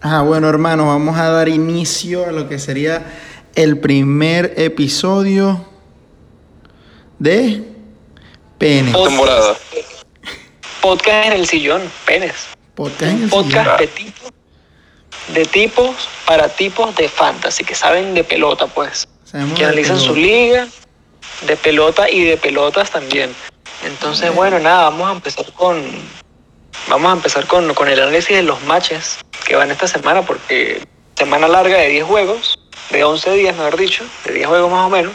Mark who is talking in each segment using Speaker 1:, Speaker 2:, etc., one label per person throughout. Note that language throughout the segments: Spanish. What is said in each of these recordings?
Speaker 1: Ah, bueno, hermanos, vamos a dar inicio a lo que sería el primer episodio de Pene.
Speaker 2: Pod-
Speaker 3: temporada.
Speaker 2: Podcast en el sillón, penes.
Speaker 1: Podcast en el sillón.
Speaker 2: Podcast de tipo, de tipos para tipos de fantasy que saben de pelota, pues.
Speaker 1: Sabemos
Speaker 2: Que
Speaker 1: de
Speaker 2: analizan
Speaker 1: pelota.
Speaker 2: su liga de pelota y de pelotas también. Entonces, bueno, nada, vamos a empezar con vamos a empezar con, con el análisis de los matches que van esta semana porque semana larga de 10 juegos, de 11 días, mejor dicho, de 10 juegos más o menos.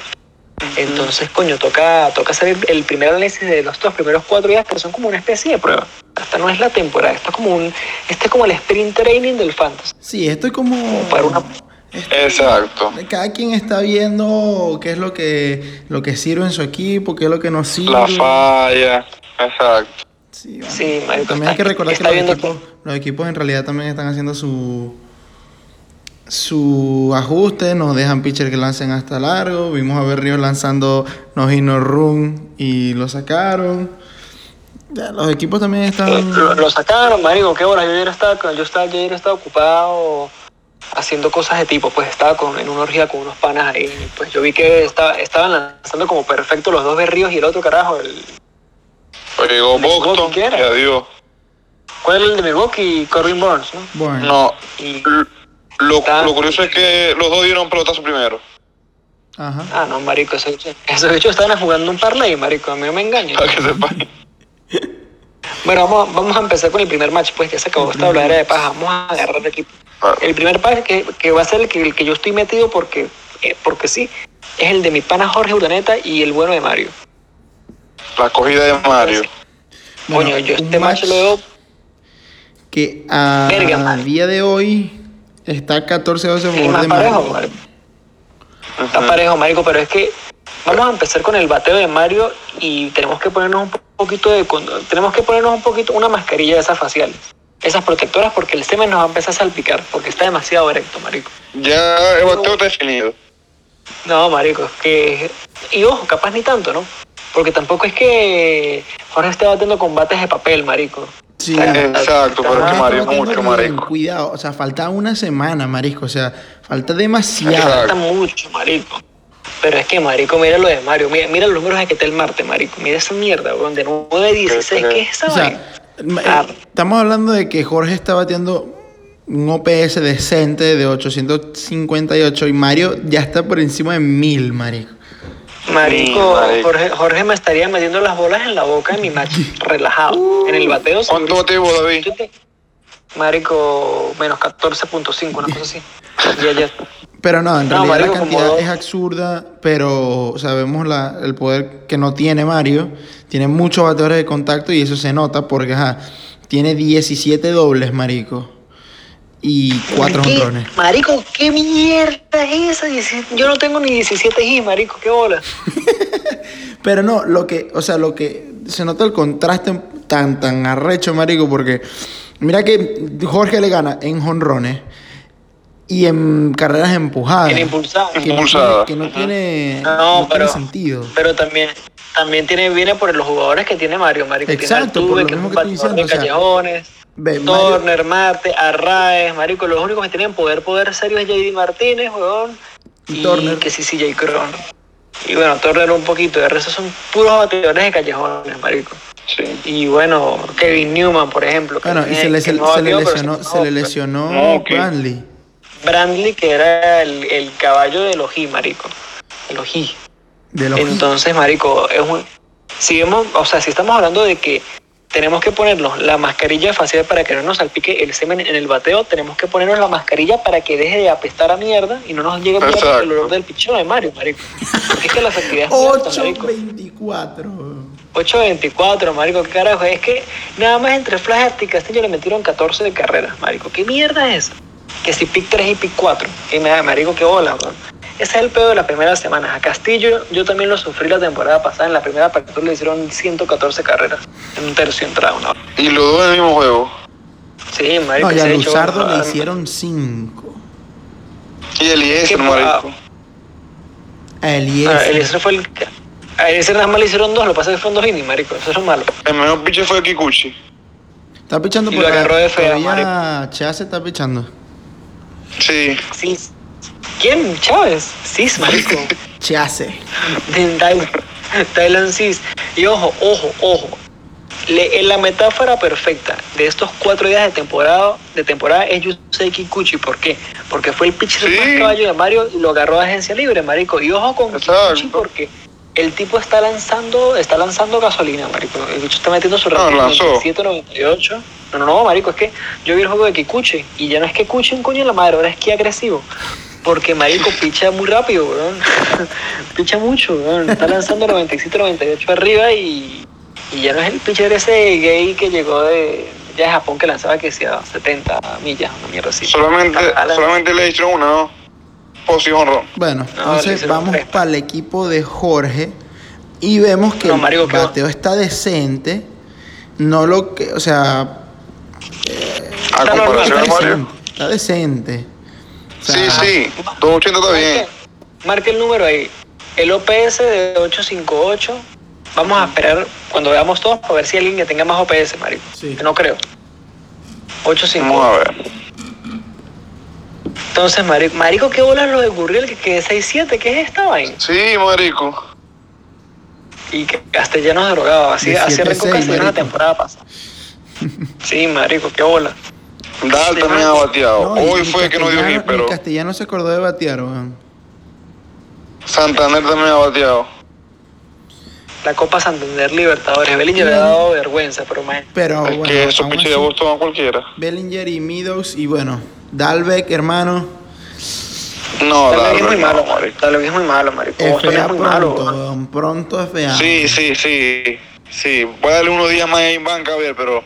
Speaker 2: Entonces, coño, toca, toca hacer el primer análisis de los dos primeros cuatro días, pero son como una especie de prueba. Esta no es la temporada, esto es como un, este es como el sprint training del fantasy.
Speaker 1: Sí, esto es como...
Speaker 2: para una-
Speaker 1: esto-
Speaker 3: Exacto.
Speaker 1: Cada quien está viendo qué es lo que, lo que sirve en su equipo, qué es lo que no sirve.
Speaker 3: La falla. Exacto.
Speaker 1: Sí, bueno.
Speaker 2: Sí, marico,
Speaker 1: También hay que
Speaker 2: está-
Speaker 1: recordar que
Speaker 2: está
Speaker 1: los
Speaker 2: viendo
Speaker 1: equipos, los equipos en realidad también están haciendo su su ajuste, nos dejan pitchers que lancen hasta largo, vimos a ver Ríos lanzando nos no run y lo sacaron. Ya, los equipos también
Speaker 2: Eh,
Speaker 1: están
Speaker 2: lo, lo sacaron, marico, qué hora. Yo ayer estaba, con- yo estaba, yo ayer estaba ocupado haciendo cosas de tipo, pues estaba con, en una orgía con unos panas ahí. Pues yo vi que estaba, estaban lanzando como perfecto los dos berríos y el otro carajo. El,
Speaker 3: Llegó
Speaker 2: Ni siquiera
Speaker 3: Boston y
Speaker 2: quiera.
Speaker 3: adiós.
Speaker 2: ¿Cuál es el de Milwaukee? Corbin Burns, ¿no?
Speaker 1: bueno.
Speaker 3: No.
Speaker 2: Y,
Speaker 3: l- Lo,
Speaker 2: Está-
Speaker 3: lo curioso es que los dos dieron pelotazo primero.
Speaker 1: Ajá.
Speaker 2: ah, no, marico, esos bichos- esos bichos estaban jugando un parlay, marico, a mí no me engañan.
Speaker 3: Para que sepan.
Speaker 2: Bueno, vamos, vamos a empezar con el primer match, pues ya se acabó esta habladera de paja. Vamos a agarrar el equipo. El primer match que, que va a ser el que, el que yo estoy metido porque, eh, porque sí, es el de mi pana Jorge Urdaneta y el bueno de Mario.
Speaker 3: La cogida de Mario.
Speaker 1: Bueno,
Speaker 2: Coño, yo
Speaker 1: un
Speaker 2: este match lo veo
Speaker 1: que a
Speaker 2: Verga, man.
Speaker 1: día de hoy está 14-12 a
Speaker 2: el
Speaker 1: favor
Speaker 2: más
Speaker 1: de
Speaker 2: parejo,
Speaker 1: Madrid.
Speaker 2: marico. Está parejo, marico, pero es que vamos a empezar con el bateo de Mario y tenemos que ponernos un po- poquito de... con- Tenemos que ponernos un poquito una mascarilla de esas faciales. Esas protectoras porque el semen nos va a empezar a salpicar porque está demasiado erecto, marico.
Speaker 3: Ya el bateo está definido.
Speaker 2: No, marico, es que... Y ojo, capaz ni tanto, ¿no? Porque tampoco es que Jorge esté batiendo combates de papel, marico.
Speaker 1: Sí.
Speaker 2: Eh,
Speaker 3: Exacto, pero es
Speaker 2: Ah,
Speaker 3: que Mario es
Speaker 1: Estamos
Speaker 3: mucho
Speaker 1: teniendo
Speaker 3: marico.
Speaker 1: Cuidado, o sea, falta una semana, marisco, o sea, falta demasiado.
Speaker 3: Exacto.
Speaker 2: Falta mucho, marico. Pero es que, marico, mira lo de Mario. Mira, mira los números de que está el Marte, marico. Mira esa mierda, weón. De 9 a 16. ¿Qué es esa,
Speaker 1: O
Speaker 2: vaina?
Speaker 1: sea, ma-
Speaker 2: Ah.
Speaker 1: eh, estamos hablando de que Jorge está batiendo un OPS decente de 858 y Mario ya está por encima de 1000, marico.
Speaker 2: Marico,
Speaker 3: Sí, marico.
Speaker 2: Jorge, Jorge me estaría metiendo las bolas en la boca en mi match. relajado. En el bateo. seguro.
Speaker 3: ¿Cuánto motivo, David?
Speaker 2: Yo te- Marico, menos 14.5, una cosa así. Ya, ya.
Speaker 1: Pero no, en
Speaker 2: No,
Speaker 1: realidad
Speaker 2: marico,
Speaker 1: la
Speaker 2: como
Speaker 1: cantidad
Speaker 2: dos.
Speaker 1: es absurda, pero sabemos la, el poder que no tiene Mario. Tiene muchos bateadores de contacto y eso se nota porque ajá, tiene 17 dobles, marico. Y 4
Speaker 2: ¿Qué?
Speaker 1: honrones.
Speaker 2: Marico, ¿qué mierda es esa? Dieci- Yo no tengo ni 17 G, marico. ¿Qué bola?
Speaker 1: Pero no, lo que, o sea, lo que se nota el contraste tan, tan arrecho, marico, porque mira que Jorge le gana en jonrones y en carreras empujadas.
Speaker 2: El impulsado.
Speaker 1: Que no
Speaker 3: Impulsada.
Speaker 1: tiene- Que no tiene,
Speaker 2: No,
Speaker 1: no tiene
Speaker 2: pero-
Speaker 1: sentido.
Speaker 2: Pero también, también tiene, viene por los jugadores que tiene Mario. Marico
Speaker 1: Exacto, por
Speaker 2: tiene
Speaker 1: lo
Speaker 2: Altuve, que es
Speaker 1: mismo
Speaker 2: un
Speaker 1: que estoy
Speaker 2: bateador de
Speaker 1: diciendo,
Speaker 2: callejones,
Speaker 1: Ve, Mario-
Speaker 2: Turner, Marte, Arraes, Marico. Los únicos que tienen poder, poder serio es JD Martínez, weón.
Speaker 1: Y
Speaker 2: Y,
Speaker 1: Turner.
Speaker 2: que sí, CJ Cron. Y bueno, Turner un poquito. De resto son puros bateadores de callejones, Marico.
Speaker 3: Sí.
Speaker 2: Y bueno, Kevin Newman, por ejemplo. que
Speaker 1: bueno, ah, y
Speaker 2: tiene-
Speaker 1: se le,
Speaker 2: que
Speaker 1: se,
Speaker 2: no pues.
Speaker 1: se le
Speaker 2: bateó, pero
Speaker 1: lesionó,
Speaker 2: se-
Speaker 1: se le lesionó
Speaker 3: No, que-
Speaker 1: Bradley.
Speaker 2: Brandley, que era el, el caballo del Oji, Marico. El Oji.
Speaker 1: De los
Speaker 2: Entonces, marico, es un... Si vemos, o sea, si estamos hablando de que tenemos que ponernos la mascarilla facial para que no nos salpique el semen en el bateo, tenemos que ponernos la mascarilla para que deje de apestar a mierda y no nos llegue por
Speaker 3: Exacto.
Speaker 2: el olor del pichón de Mario, marico. Porque es que la efectividad es muy alta, marico.
Speaker 1: 8.24.
Speaker 2: 8.24, marico, qué carajo. Es que nada más entre Flash y Castillo le metieron 14 de carreras, marico. ¿Qué mierda es esa? Que si pick 3 y pick 4. Y me da, marico, qué bola, weón. Ese es el pedo de las primeras semanas. A Castillo yo también lo sufrí la temporada pasada. En la primera partida le hicieron 114 carreras. En un tercio entrada, una hora.
Speaker 3: Y los dos en el mismo juego.
Speaker 2: Sí, marico.
Speaker 1: No, y a
Speaker 2: ese ah, bicho,
Speaker 1: Luzardo
Speaker 2: bueno,
Speaker 1: le hicieron 5.
Speaker 3: Y Eliezer,
Speaker 2: Qué
Speaker 3: marico.
Speaker 2: bravo.
Speaker 1: A Eliezer.
Speaker 2: Ah, Eliezer fue el... que- A Eliezer nada más le hicieron dos. Lo que pasa es que fueron dos innings, marico. Eso es lo malo.
Speaker 3: El mejor pitcher fue Kikuchi.
Speaker 1: Está pichando
Speaker 2: Y
Speaker 1: por
Speaker 2: lo
Speaker 1: la-
Speaker 2: agarró de feo,
Speaker 1: todavía Chea se está pichando.
Speaker 3: Sí.
Speaker 2: Cis. ¿Quién? Chávez. Cis, marico.
Speaker 1: Se hace.
Speaker 2: de Dylan- Dylan Cis. Y ojo, ojo, ojo. Le- en la metáfora perfecta de estos cuatro días de temporada, de temporada es Yusei Kikuchi. ¿Por qué? Porque fue el pitcher
Speaker 3: Sí.
Speaker 2: más caballo de Mario y lo agarró a agencia libre, marico. Y ojo con
Speaker 3: Exacto.
Speaker 2: Kikuchi porque el tipo está lanzando, está lanzando gasolina, marico. El bicho está metiendo su
Speaker 3: No,
Speaker 2: rating
Speaker 3: lanzó.
Speaker 2: 97, 98. No, no, no, marico, es que yo vi el juego de Kikuchi y ya no es que Kikuchi un coño en la madre, ahora es que agresivo. Porque marico picha muy rápido, weón. picha mucho, weón. Está lanzando 97, 98 arriba y, y ya no es el pitcher ese gay que llegó de ya de Japón que lanzaba que sea 70 millas, una mierda así. Ah,
Speaker 3: Solamente,
Speaker 2: Está-
Speaker 3: solamente le he hecho una, ¿no? Posición ron.
Speaker 1: Bueno,
Speaker 2: No, le
Speaker 1: entonces
Speaker 2: hicieron
Speaker 1: vamos
Speaker 2: tres.
Speaker 1: para el equipo de Jorge y vemos que
Speaker 2: No, marico,
Speaker 1: el
Speaker 2: qué va.
Speaker 1: bateo está decente. No lo que, o sea,
Speaker 3: A
Speaker 2: Está
Speaker 3: comparación
Speaker 1: está
Speaker 2: normal.
Speaker 3: de
Speaker 1: decente.
Speaker 3: Mario.
Speaker 1: Está decente. O
Speaker 3: Sí,
Speaker 1: sea,
Speaker 3: sí. 280 está bien.
Speaker 2: Marque el número ahí. El OPS de 858. Vamos a esperar cuando veamos todos para ver si alguien que tenga más OPS, marico.
Speaker 1: Sí.
Speaker 2: Que No creo.
Speaker 3: Vamos a
Speaker 2: 858.
Speaker 3: ver.
Speaker 2: Entonces, marico, marico, ¿qué bolas lo de Gurriel que quede 67? ¿Qué es esta vaina?
Speaker 3: Sí, marico.
Speaker 2: Y que Castellanos drogaba. Así,
Speaker 1: De
Speaker 2: así
Speaker 1: 7-6,
Speaker 2: arrancó Castellanos la
Speaker 1: marico.
Speaker 2: temporada pasada. sí, marico, qué bola.
Speaker 3: Dal también ha bateado.
Speaker 1: No, y-
Speaker 3: Hoy
Speaker 1: y
Speaker 3: fue que no dio
Speaker 1: Castellano-
Speaker 3: hit, pero
Speaker 1: y Castellano se acordó de batear, weón.
Speaker 3: Santander también ha bateado.
Speaker 2: La Copa Santander Libertadores. Bellinger le ha
Speaker 1: Mm.
Speaker 2: dado vergüenza, pero más.
Speaker 1: Pero
Speaker 3: Es
Speaker 1: bueno,
Speaker 3: que esos
Speaker 1: aún
Speaker 3: piches de
Speaker 1: así,
Speaker 3: Boston a cualquiera.
Speaker 1: Bellinger y Meadows y bueno, Dalbeck, hermano.
Speaker 3: No,
Speaker 2: Tal
Speaker 3: Dal
Speaker 2: vez es muy
Speaker 3: no,
Speaker 2: malo,
Speaker 3: marico.
Speaker 2: marico. Tal vez es muy malo, marico. Boston
Speaker 1: FA
Speaker 2: es muy malo.
Speaker 1: pronto,
Speaker 2: weón.
Speaker 1: weón, pronto FA.
Speaker 3: Sí, sí, sí. Sí, voy a darle unos días más ahí en banca a ver, pero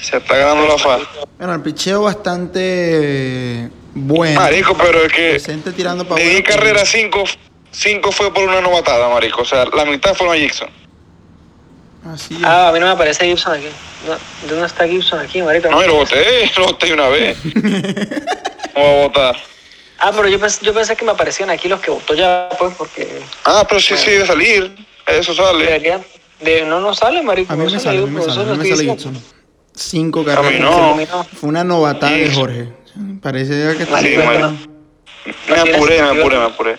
Speaker 3: se está ganando la fa.
Speaker 1: Bueno, el picheo bastante bueno.
Speaker 3: Marico, pero es que
Speaker 1: Presente tirando para
Speaker 3: de 10 carreras, 5 cinco fue por una novatada, marico. O sea, la mitad fueron a Jackson.
Speaker 1: Así es.
Speaker 2: Ah, a mí no me aparece Gibson aquí. No, ¿De dónde está Gibson aquí, marico?
Speaker 3: No, y lo boté, lo boté una vez. Voy a botar.
Speaker 2: Ah, pero yo pensé, yo pensé que me aparecían aquí los que votó ya, pues, porque
Speaker 3: Ah, pero sí, sí, debe salir. Eso sale.
Speaker 2: debería... De, no, no sale, marico.
Speaker 1: A mí me
Speaker 2: eso
Speaker 1: sale, a
Speaker 2: le
Speaker 1: mí me
Speaker 2: digo,
Speaker 1: sale,
Speaker 2: eso
Speaker 1: a mí
Speaker 2: es
Speaker 1: me
Speaker 2: lo que
Speaker 1: sale
Speaker 2: dice.
Speaker 1: Gibson. Cinco
Speaker 3: A mí
Speaker 1: carreras.
Speaker 3: no.
Speaker 1: Fue una novatada de
Speaker 3: Sí.
Speaker 1: Jorge. Parece que está
Speaker 2: Sí,
Speaker 1: jugando.
Speaker 2: bueno.
Speaker 3: Me apuré, me apuré, me apuré.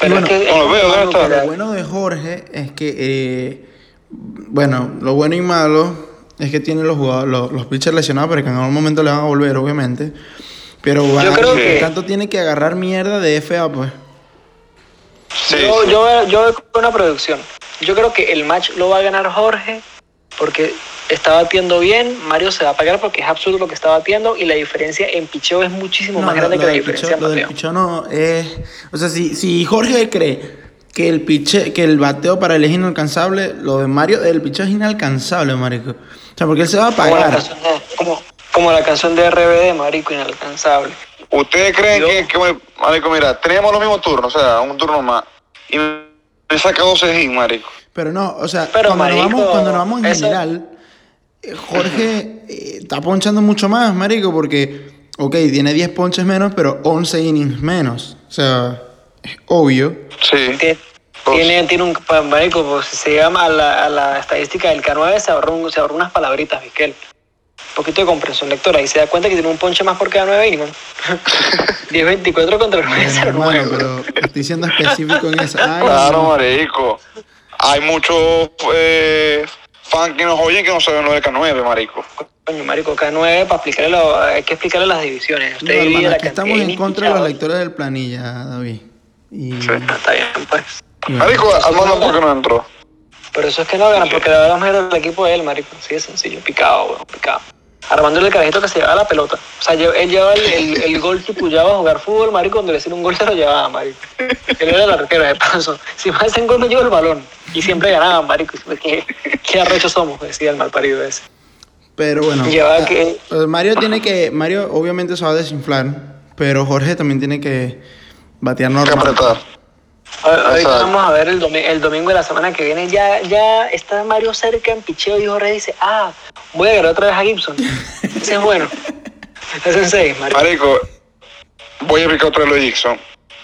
Speaker 2: Pero
Speaker 1: Bueno,
Speaker 2: es que...
Speaker 3: no lo veo, ¿dónde está?
Speaker 1: Lo bueno de Jorge es que, eh, bueno, lo bueno y malo es que tiene los jugadores, los, los pitchers lesionados, pero que en algún momento le van a volver, obviamente. Pero van,
Speaker 2: Yo creo
Speaker 1: que...
Speaker 2: que-
Speaker 1: tanto tiene que agarrar mierda de FA, pues.
Speaker 3: Sí.
Speaker 2: yo,
Speaker 3: sí.
Speaker 2: yo, veo- yo veo una producción. Yo creo que el match lo va a ganar Jorge porque está batiendo bien. Mario se va a pagar porque es absurdo lo que está batiendo y la diferencia en picheo es muchísimo más grande que la
Speaker 1: del
Speaker 2: diferencia
Speaker 1: pichón- lo
Speaker 2: en
Speaker 1: del
Speaker 2: bateo.
Speaker 1: pichón no es. O sea, si, si Jorge cree que el piche, que el bateo para él es inalcanzable, lo de Mario del pichón es inalcanzable, marico. O sea, porque él se va a
Speaker 2: Como la,
Speaker 1: pagar.
Speaker 2: canción de, como, como la canción de RBD, marico, inalcanzable.
Speaker 3: ¿Ustedes creen
Speaker 2: Yo-
Speaker 3: que, que- marico, mira, tenemos los mismos turnos, o sea, un turno más. Y me saca 12 hits, marico.
Speaker 1: Pero no, o sea,
Speaker 2: Pero,
Speaker 1: cuando, nos
Speaker 2: marico,
Speaker 1: vamos, cuando nos vamos en
Speaker 2: eso-
Speaker 1: general, eh, Jorge eh, está ponchando mucho más, marico, porque, ok, tiene 10 ponches menos, pero 11 innings menos. O sea, es obvio.
Speaker 3: Sí.
Speaker 2: Tie-
Speaker 3: Dos.
Speaker 2: Tiene, tiene un pa- marico, pues si se llama a la, a la estadística del K9, se ahorró, un- se ahorró unas palabritas, Vizquel. Un poquito de comprensión lectora y se da cuenta que tiene un ponche más por cada 9 innings. 10-24 contra el
Speaker 1: Bueno,
Speaker 2: 9
Speaker 1: hermano, pero estoy siendo específico en esa. Ay,
Speaker 3: Claro,
Speaker 1: no.
Speaker 3: marico. Hay muchos eh, fans que nos oyen que no saben lo de K9, marico.
Speaker 2: Coño, marico, K9, para explicarle, lo- hay que explicarle las divisiones. Usted
Speaker 1: No, hermano,
Speaker 2: divide la
Speaker 1: aquí
Speaker 2: cantidad
Speaker 1: estamos
Speaker 2: de
Speaker 1: en
Speaker 2: innings
Speaker 1: contra de los
Speaker 2: pichados.
Speaker 1: lectores del planilla, David. Y,
Speaker 2: Ah, Está bien, pues.
Speaker 1: y bueno,
Speaker 3: Marico, Armando, ¿por qué no entró?
Speaker 2: Pero eso es que no ganan, porque la verdad mujer del equipo es él, marico. Sí, es sencillo, picado, weón, picado. Armando el carajito que se llevaba la pelota. O sea, lle- él llevaba el, el, el gol que puyaba a jugar fútbol, marico, cuando le hacían un gol se lo llevaba, marico. Él era el arquero, de paso. Si me hacen gol me llevo el balón. Y siempre ganaban, marico. Qué, qué arrechos somos, decía el mal parido ese.
Speaker 1: Pero bueno,
Speaker 2: Lleva
Speaker 1: ah,
Speaker 2: que-
Speaker 1: eh, Mario tiene que. Mario obviamente se va a desinflar, pero Jorge también tiene que batear
Speaker 3: Hay que
Speaker 1: normal.
Speaker 3: apretar. Ah,
Speaker 2: A- Ahorita
Speaker 3: Exacto.
Speaker 2: vamos a ver el, domi- el domingo de la semana que viene. Ya, ya está Mario cerca en picheo y Jorge dice, ah, voy a agarrar otra vez a Gibson. Ese es bueno. Ese es seis, marico.
Speaker 3: Marico, voy a explicar otra vez lo de Jackson.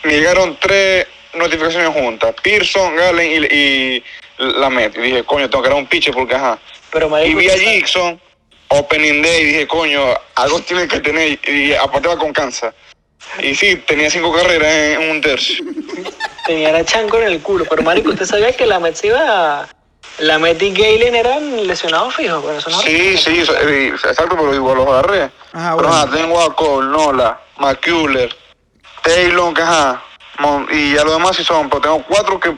Speaker 3: Me llegaron tres notificaciones juntas: Pearson, Galen y, y la Met. Y dije, coño, tengo que dar un piche porque ajá.
Speaker 2: Pero
Speaker 3: Y
Speaker 2: marico,
Speaker 3: vi a
Speaker 2: ¿sabes?
Speaker 3: Jackson Opening Day, dije, coño, algo tiene que tener. Y aparte va con Kansas. Y sí, tenía cinco carreras en, en un tercio.
Speaker 2: Tenía la chanco en el culo. Pero, marico, ¿usted sabía que la Mets iba... La Mets y Galen eran lesionados fijos? Bueno, eso no-
Speaker 3: Sí, sí, so- eh, exacto, pero igual los agarré.
Speaker 1: Ah, bueno.
Speaker 3: Pero ajá, tengo a Cole, Nola, McCuller, Taylor, que ajá, Mon- y ya los demás sí son, pero tengo cuatro que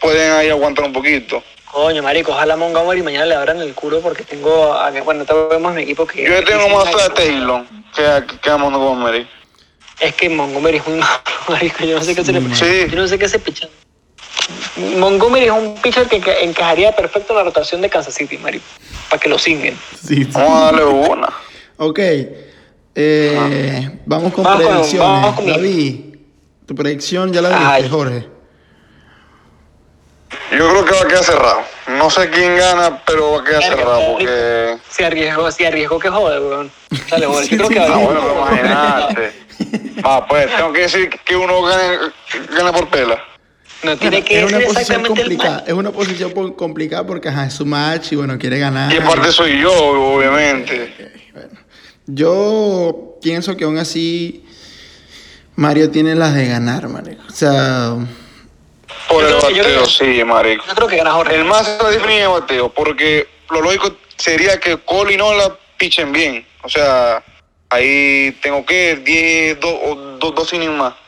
Speaker 3: pueden ahí aguantar un poquito.
Speaker 2: Coño, marico, ojalá Montgomery mañana le abran el culo porque tengo... A... Bueno, tenemos mi equipo que...
Speaker 3: Yo le tengo más fe
Speaker 2: a
Speaker 3: a Taylor que a, que a Montgomery.
Speaker 2: Es que Montgomery es muy malo, marico. Yo no sé qué se le...
Speaker 3: Sí.
Speaker 2: Yo no sé qué se picha. Montgomery es un pitcher que enca- encajaría perfecto en la rotación de Kansas City, marico. Para que lo singuen.
Speaker 1: Sí, sí.
Speaker 3: Vamos a darle una.
Speaker 1: Ok. eh, vamos con
Speaker 2: Ah. Vamos con-
Speaker 1: predicciones.
Speaker 2: vamos con mi-
Speaker 1: David, tu predicción ya la viste,
Speaker 2: Ay.
Speaker 1: Jorge.
Speaker 3: Yo creo que va a quedar cerrado. No sé quién gana, pero va a quedar cerrado porque...
Speaker 2: Se arriesgó, se arriesgó que jode, weón. Dale, weón.
Speaker 1: Sí,
Speaker 2: Yo creo
Speaker 1: sí,
Speaker 2: que
Speaker 1: sí.
Speaker 3: Ah,
Speaker 2: ahora-
Speaker 3: bueno, pero imagínate. Va, pues, tengo que decir que uno gana, gana por pela.
Speaker 2: No tiene que
Speaker 1: es una
Speaker 2: ser
Speaker 1: posición
Speaker 2: exactamente el
Speaker 1: complicada.
Speaker 2: match.
Speaker 1: Es una posición po- complicada porque ajá, es su match y bueno, quiere ganar.
Speaker 3: Y aparte soy yo, obviamente.
Speaker 1: Yo pienso que aún así Mario tiene las de ganar, marico. O sea,
Speaker 3: Por el
Speaker 2: Yo creo que yo
Speaker 3: bateo,
Speaker 2: creo-
Speaker 3: sí, marico.
Speaker 2: Yo creo que gana Jorge.
Speaker 3: El más se va a definir en el bateo, porque lo lógico sería que Cole y Nola pichen bien. O sea, ahí tengo que 10, 2 o dos, dos innings más.
Speaker 2: A,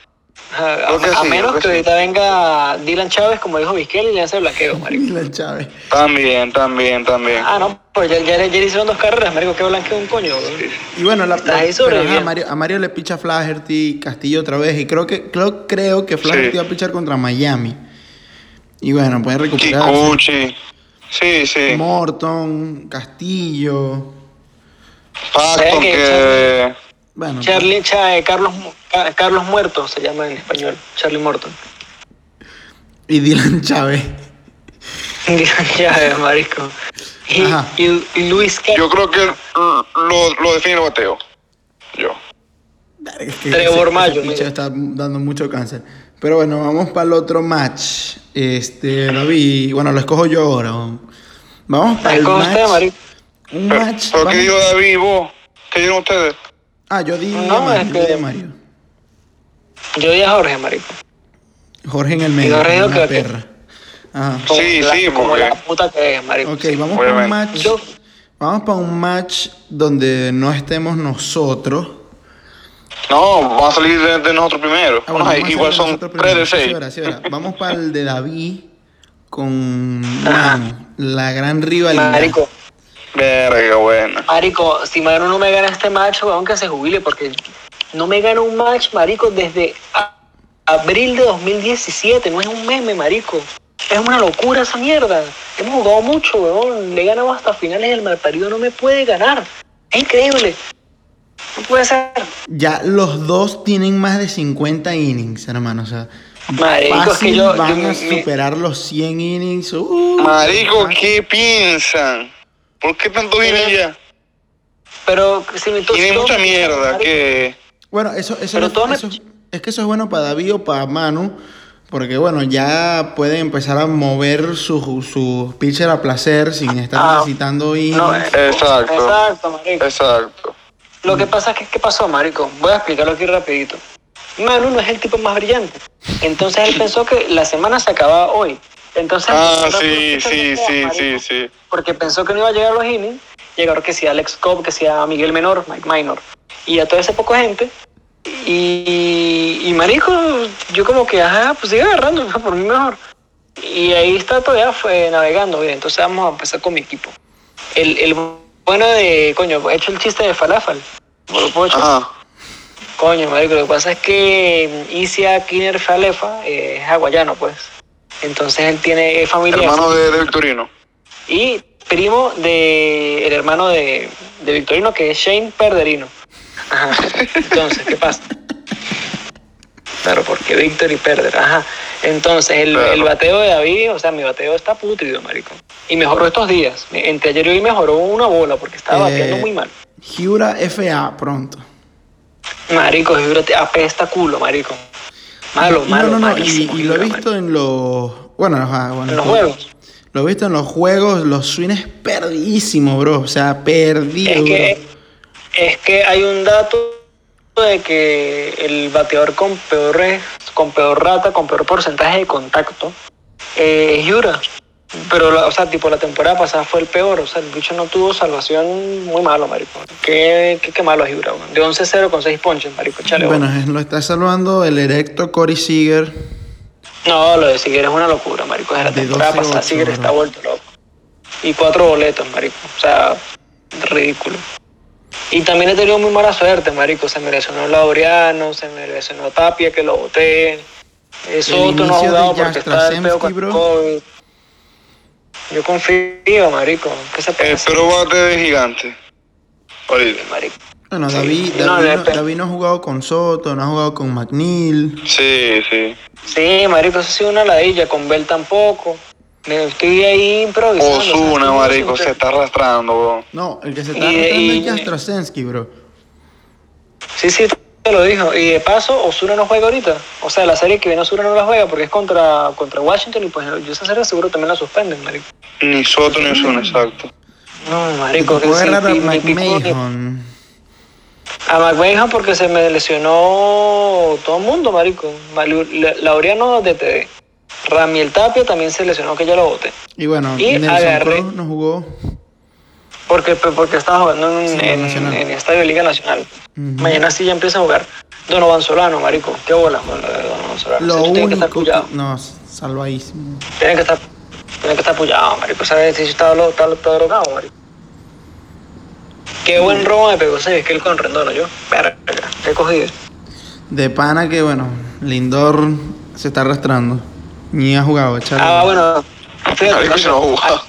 Speaker 2: Ah, a-
Speaker 3: creo que
Speaker 2: a
Speaker 3: sí,
Speaker 2: menos
Speaker 3: creo
Speaker 2: que,
Speaker 3: que sí.
Speaker 2: ahorita venga Dylan Chávez, como dijo Vizquel, y le hace blanqueo, marico.
Speaker 1: Dylan Chávez.
Speaker 3: También, también, también.
Speaker 2: Ah, no, pues ya, ya, le- ya le hicieron dos carreras, marico. Que blanqueo un coño, weón.
Speaker 1: Y bueno, la,
Speaker 2: Está
Speaker 1: pero,
Speaker 2: ahí
Speaker 1: ajá,
Speaker 2: sobreviviendo.
Speaker 1: a, Mario, a Mario le picha Flaherty Castillo otra vez. Y creo que creo, creo que Flaherty
Speaker 3: Sí.
Speaker 1: va a pichar contra Miami. Y bueno, puede recuperar.
Speaker 3: Kikuchi. Sí, sí.
Speaker 1: Morton, Castillo.
Speaker 3: Paxton,
Speaker 2: que-
Speaker 3: que...
Speaker 1: Bueno,
Speaker 2: Charlie, Cha- eh, Carlos, Mu- Ca- Carlos Muerto se llama en español, Charlie Morton.
Speaker 1: y Dylan Chávez.
Speaker 2: Dylan Chávez, marico. Y,
Speaker 1: Ajá.
Speaker 2: y- y Luis Ca-
Speaker 3: Yo creo que lo, lo define el bateo. Yo.
Speaker 1: Es que
Speaker 2: Trevor
Speaker 1: ese-
Speaker 2: Mayo,
Speaker 1: ese
Speaker 2: mira.
Speaker 1: picha está dando mucho cáncer. Pero bueno, vamos para el otro match. Este, David, bueno, lo escojo yo ahora. Vamos para el
Speaker 2: ¿Cómo
Speaker 1: match.
Speaker 2: está, marico?
Speaker 1: Un
Speaker 3: Pero,
Speaker 1: match.
Speaker 3: ¿pero ¿Qué
Speaker 1: vamos-
Speaker 3: dijo David y vos? ¿Qué dieron ustedes?
Speaker 1: Ah, yo di
Speaker 2: No,
Speaker 1: a Mario,
Speaker 2: es
Speaker 1: yo di
Speaker 2: que-
Speaker 1: a Mario.
Speaker 2: Yo di a Jorge, marico.
Speaker 1: Jorge en el medio.
Speaker 2: Jorge dijo
Speaker 1: una
Speaker 2: que-
Speaker 1: perra. Ajá.
Speaker 2: Como
Speaker 3: Sí,
Speaker 2: la-
Speaker 3: sí,
Speaker 2: como
Speaker 3: porque-
Speaker 2: la puta que es, marico.
Speaker 1: Ok, vamos para un
Speaker 3: obviamente.
Speaker 1: match.
Speaker 2: Yo-
Speaker 1: Vamos para un match donde no estemos nosotros.
Speaker 3: No, vamos a salir de, de nosotros primero.
Speaker 1: Ah, bueno,
Speaker 3: Ay,
Speaker 1: vamos a
Speaker 3: igual
Speaker 1: hacer
Speaker 3: son
Speaker 1: nosotros
Speaker 3: 3
Speaker 1: primero.
Speaker 3: de 6.
Speaker 1: Sí, ahora, sí, ahora. Vamos para el de David con Manu, la gran rivalidad.
Speaker 2: Marico,
Speaker 3: Verga, buena.
Speaker 2: marico, si Manu no me gana este match, weón, que se jubile, porque no me gana un match, marico, desde a- abril de 2017. No es un meme, marico. Es una locura esa mierda. Hemos jugado mucho, weón. Le he ganado hasta finales del malparido. No me puede ganar. Es increíble. No puede ser.
Speaker 1: Ya los dos tienen más de 50 innings, hermano. O sea,
Speaker 2: Marico, es pues que
Speaker 1: fácil
Speaker 2: yo- yo
Speaker 1: van
Speaker 2: me-
Speaker 1: a
Speaker 2: me-
Speaker 1: superar los 100 innings. Uh,
Speaker 3: Marico, ¿qué piensan? ¿Por qué tanto dinero ya?
Speaker 2: Pero si me
Speaker 3: Tiene mucha mierda
Speaker 2: marico,
Speaker 3: que...
Speaker 1: Bueno, eso, eso,
Speaker 2: Pero
Speaker 1: no-
Speaker 2: todas me-
Speaker 1: eso- es que eso es bueno para David o para Manu, porque bueno, ya pueden empezar a mover sus sus pitchers a placer sin estar
Speaker 2: Ah,
Speaker 1: necesitando ir.
Speaker 2: no, eh.
Speaker 3: Exacto.
Speaker 2: Exacto, marico.
Speaker 3: Exacto.
Speaker 2: Lo que pasa es que, ¿qué pasó, marico? Voy a explicarlo aquí rapidito. Manu no es el tipo más brillante. Entonces él pensó que la semana se acababa hoy. Entonces...
Speaker 3: Ah,
Speaker 2: empezó a
Speaker 3: sí,
Speaker 2: hacer
Speaker 3: sí,
Speaker 2: cosas,
Speaker 3: sí, sí,
Speaker 2: marico,
Speaker 3: sí.
Speaker 2: Porque pensó que no iba a llegar a los innings. Llegaron que sea Alex Cobb, que sea Miguel Menor, Mike Minor. Y a toda esa poca gente. Y, y marico, yo como que, ajá, pues sigue agarrando, por mí mejor. Y ahí está todavía fue navegando. Bien, entonces vamos a empezar con mi equipo. El, el bueno de, coño, he hecho el chiste de Falafel. Bueno, puedo echar-
Speaker 3: Ajá.
Speaker 2: Coño, marico, lo que pasa es que Isia Kiner Falefa eh, es hawaiano, pues. Entonces él tiene es familia
Speaker 3: Hermano de, de Victorino.
Speaker 2: y primo de el hermano de, de Victorino, que es Shane Perderino. Ajá. Entonces, ¿qué pasa? Claro, porque Víctor y Perder, ajá. Entonces, el,
Speaker 3: Claro.
Speaker 2: el bateo de David, o sea, mi bateo está putrido, marico. Y mejoró estos días. Entre ayer y hoy mejoró una bola porque estaba bateando
Speaker 1: Eh,
Speaker 2: muy mal.
Speaker 1: Hiura FA pronto.
Speaker 2: Marico, te apesta culo, marico.
Speaker 1: Y- y
Speaker 2: Malo, Pues malo,
Speaker 1: no, no, no, y-
Speaker 2: malísimo.
Speaker 1: Y, lo he
Speaker 2: Hibra,
Speaker 1: visto en los. Bueno, ajá, bueno,
Speaker 2: En los
Speaker 1: todo-
Speaker 2: juegos.
Speaker 1: Lo he visto en los juegos, los swings perdidísimos, bro. O sea, perdido,
Speaker 2: Es que,
Speaker 1: bro.
Speaker 2: es que hay un dato de que el bateador con peor, es- con peor rata, con peor porcentaje de contacto eh, es Yura. Pero, la- o sea, tipo, la temporada pasada fue el peor. O sea, el bicho no tuvo salvación muy malo, marico. Qué, qué, qué malo es Yura, weón. De 11-0 con 6 ponches, marico. Chale,
Speaker 1: Bueno,
Speaker 2: weón.
Speaker 1: lo está salvando el erecto Corey Seager.
Speaker 2: No, lo de Siguer es una locura, marico. Desde la
Speaker 1: De
Speaker 2: temporada
Speaker 1: 12-8,
Speaker 2: pasada Siguer está
Speaker 1: bro.
Speaker 2: vuelto loco. Y cuatro boletos, marico. O sea, ridículo. Y también he tenido muy mala suerte, marico. Se me lesionó Laureano, se me lesionó Tapia, que lo boté. Eh, Soto no ha
Speaker 1: inicio de
Speaker 2: jugado
Speaker 1: Jack
Speaker 2: porque está el
Speaker 1: Trasemski,
Speaker 2: peor con
Speaker 1: bro.
Speaker 2: COVID. Yo confío, marico. ¿Qué se puede
Speaker 3: El
Speaker 2: hacer,
Speaker 3: Eh, pero bate de gigante. Ahorita.
Speaker 2: marico?
Speaker 1: Bueno,
Speaker 2: Sí.
Speaker 1: David, David,
Speaker 2: No,
Speaker 1: no,
Speaker 2: de-
Speaker 1: David no ha jugado con Soto, no ha jugado con McNeil.
Speaker 3: Sí, sí.
Speaker 2: Sí, marico, eso ha sido una ladilla. Con Bell tampoco. Me estoy ahí improvisando. o sea,
Speaker 3: Osuna,
Speaker 2: estoy
Speaker 3: marico, se
Speaker 2: siempre-
Speaker 3: está arrastrando, bro.
Speaker 1: No, el que se
Speaker 2: Y-
Speaker 1: está arrastrando
Speaker 2: y-
Speaker 1: es Jastrzemski, bro.
Speaker 2: Sí, sí, te lo dijo. Y de paso, Osuna no juega ahorita. O sea, la serie que viene Osuna no la juega porque es contra, contra Washington y pues yo esa serie seguro también la suspenden, marico.
Speaker 3: Ni Soto ni Osuna, exacto.
Speaker 2: No,
Speaker 1: Se
Speaker 2: marico, que
Speaker 1: tocó
Speaker 2: sí,
Speaker 1: agarrar a
Speaker 2: pi- mi pico-
Speaker 1: McMahon.
Speaker 2: A McMahon porque se me lesionó todo el mundo, marico. Malu- La- Laureano de TD. Ramiel Tapia también se lesionó que ya lo boté.
Speaker 1: Y bueno,
Speaker 2: Y
Speaker 1: Nelson
Speaker 2: agarré-
Speaker 1: Cruz no jugó.
Speaker 2: Porque, pues, porque estaba jugando en,
Speaker 1: Sí,
Speaker 2: en-
Speaker 1: Nacional.
Speaker 2: en Estadio de Liga Nacional.
Speaker 1: Ujú.
Speaker 2: Mañana sí ya empieza a jugar. Donovan Solano, marico. Qué bola, mano, de Donovan Solano.
Speaker 1: Lo
Speaker 2: Ese tiene que estar
Speaker 1: único que...
Speaker 2: cuidado.
Speaker 1: No, salvadísimo.
Speaker 2: Tiene que estar, tiene que estar apoyado, marico. ¿Sabes si está, lo- está, está drogado, marico? Qué buen robo me pegó ese que él con Rendón, ¿no? yo. Verga, he cogido.
Speaker 1: De pana que, bueno, Lindor se está arrastrando. Ni ha jugado, chale.
Speaker 2: Ah, bueno. fíjate,
Speaker 3: Marico, se no
Speaker 2: marico,
Speaker 3: juega.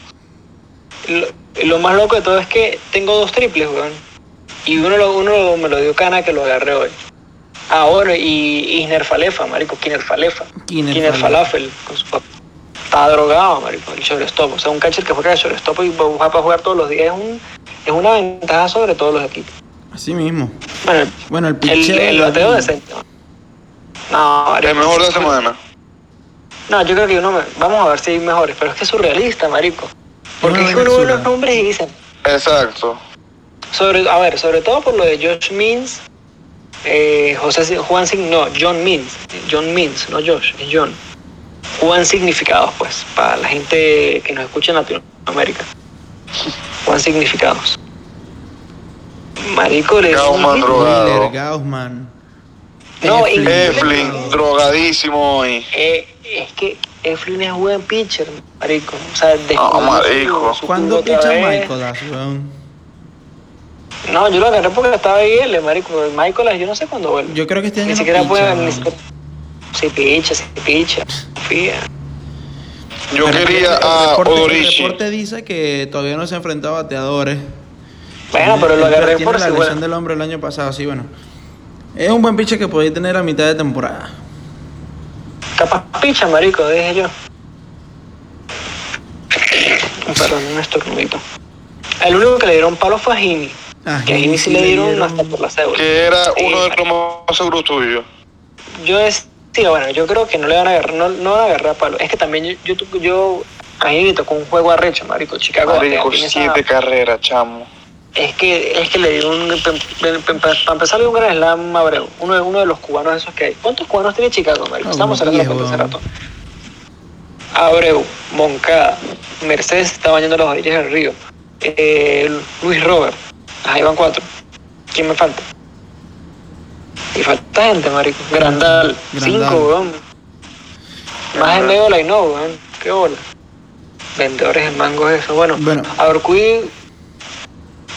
Speaker 2: lo, lo más loco de todo es que tengo dos triples, weón. Y uno, lo- uno lo- me lo dio Cana que lo agarré hoy. Ah, bueno, y Isner Falefa, marico. Kiner Falefa.
Speaker 1: Kiner
Speaker 2: Kiner
Speaker 1: Falefa.
Speaker 2: Falafel. Con su papá. Está drogado, marico, el shortstop. O sea, un catcher que juega de shortstop y va para jugar todos los días es, un, es una ventaja sobre todos los equipos.
Speaker 1: Así mismo.
Speaker 2: Bueno, el-
Speaker 1: Bueno, el
Speaker 2: el,
Speaker 1: picheo...
Speaker 2: el,
Speaker 1: de
Speaker 2: bateo
Speaker 1: David.
Speaker 2: decente. No, marico.
Speaker 3: El mejor de la semana.
Speaker 2: No, yo creo que uno. me- Vamos a ver si hay mejores, pero es que es surrealista, marico. Porque
Speaker 1: Una
Speaker 2: es que uno ve
Speaker 1: basura.
Speaker 2: los nombres y dicen.
Speaker 3: Exacto.
Speaker 2: Sobre, a ver, sobre todo por lo de Josh Means, eh, José, Si- Juan Sig- no, John Means, John Means, no Josh, es John. Juan significados, pues, para la gente que nos escucha en Latinoamérica. Juan significados. Marico, le
Speaker 3: Gauman,
Speaker 2: no,
Speaker 3: drogado.
Speaker 1: Wheeler, Gaussman.
Speaker 2: No,
Speaker 1: Eflin.
Speaker 3: Eflin, drogadísimo hoy.
Speaker 2: eh, es que Eflin es buen pitcher, marico. O sea, descubrió
Speaker 3: marico.
Speaker 2: su jugo
Speaker 1: ¿Cuándo
Speaker 2: otra
Speaker 1: picha
Speaker 2: vez.
Speaker 1: Michaelas, weón?
Speaker 2: No, yo lo agarré porque estaba IL, marico. Michael, yo no sé cuándo vuelve.
Speaker 1: Yo creo que este año
Speaker 2: Ni
Speaker 1: no
Speaker 2: siquiera
Speaker 1: picha,
Speaker 2: puede.
Speaker 1: weón.
Speaker 2: Ni siquiera... Se picha, se picha. Confía.
Speaker 3: Yo
Speaker 1: Pero
Speaker 3: quería
Speaker 1: el
Speaker 3: a
Speaker 1: reporte-
Speaker 3: Odorichi.
Speaker 1: El reporte dice que todavía no se ha enfrentado a bateadores.
Speaker 2: Bueno,
Speaker 1: Tiene-
Speaker 2: pero lo agarré
Speaker 1: tiene
Speaker 2: por
Speaker 1: la
Speaker 2: si
Speaker 1: lesión
Speaker 2: bueno.
Speaker 1: del hombre el año pasado, sí, bueno. Es un buen pitcher que podéis tener a mitad de temporada.
Speaker 2: Capaz picha, marico, dije yo. Perdón, un estornudito. El único que le dieron palo fue a Jimmy.
Speaker 1: Ah,
Speaker 2: Que a Jimmy sí le dieron hasta por la cédula.
Speaker 3: Que era
Speaker 2: Sí,
Speaker 3: uno de
Speaker 2: marico.
Speaker 3: los más seguros tuyos.
Speaker 2: Yo decía, bueno, yo creo que no le van a agarrar, no, no van a agarrar palo. Es que también yo, yo, tu- yo a Jimmy le tocó un juego arrecho, marico. Chicago.
Speaker 3: Marico,
Speaker 2: tiene esa-
Speaker 3: siete carreras, chamo.
Speaker 2: Es que, es que le dio un. Para empezar, le dio un gran slam a Abreu, uno de, uno de los cubanos esos que hay. ¿Cuántos cubanos tiene Chicago, Marico?
Speaker 1: Ah,
Speaker 2: Estamos
Speaker 1: unos
Speaker 2: hablando de
Speaker 1: diez,
Speaker 2: hace
Speaker 1: weón.
Speaker 2: rato. Abreu, Moncada, Mercedes está bañando las orillas del río. eh, Luis Robert, ahí van cuatro. ¿Quién me falta? Y falta gente, Marico. Grandal,
Speaker 1: Grandal.
Speaker 2: cinco, weón. Más en medio la no, weón. Qué bola. Vendedores de mangos, eso. Bueno,
Speaker 1: Bueno.
Speaker 2: Aurcuí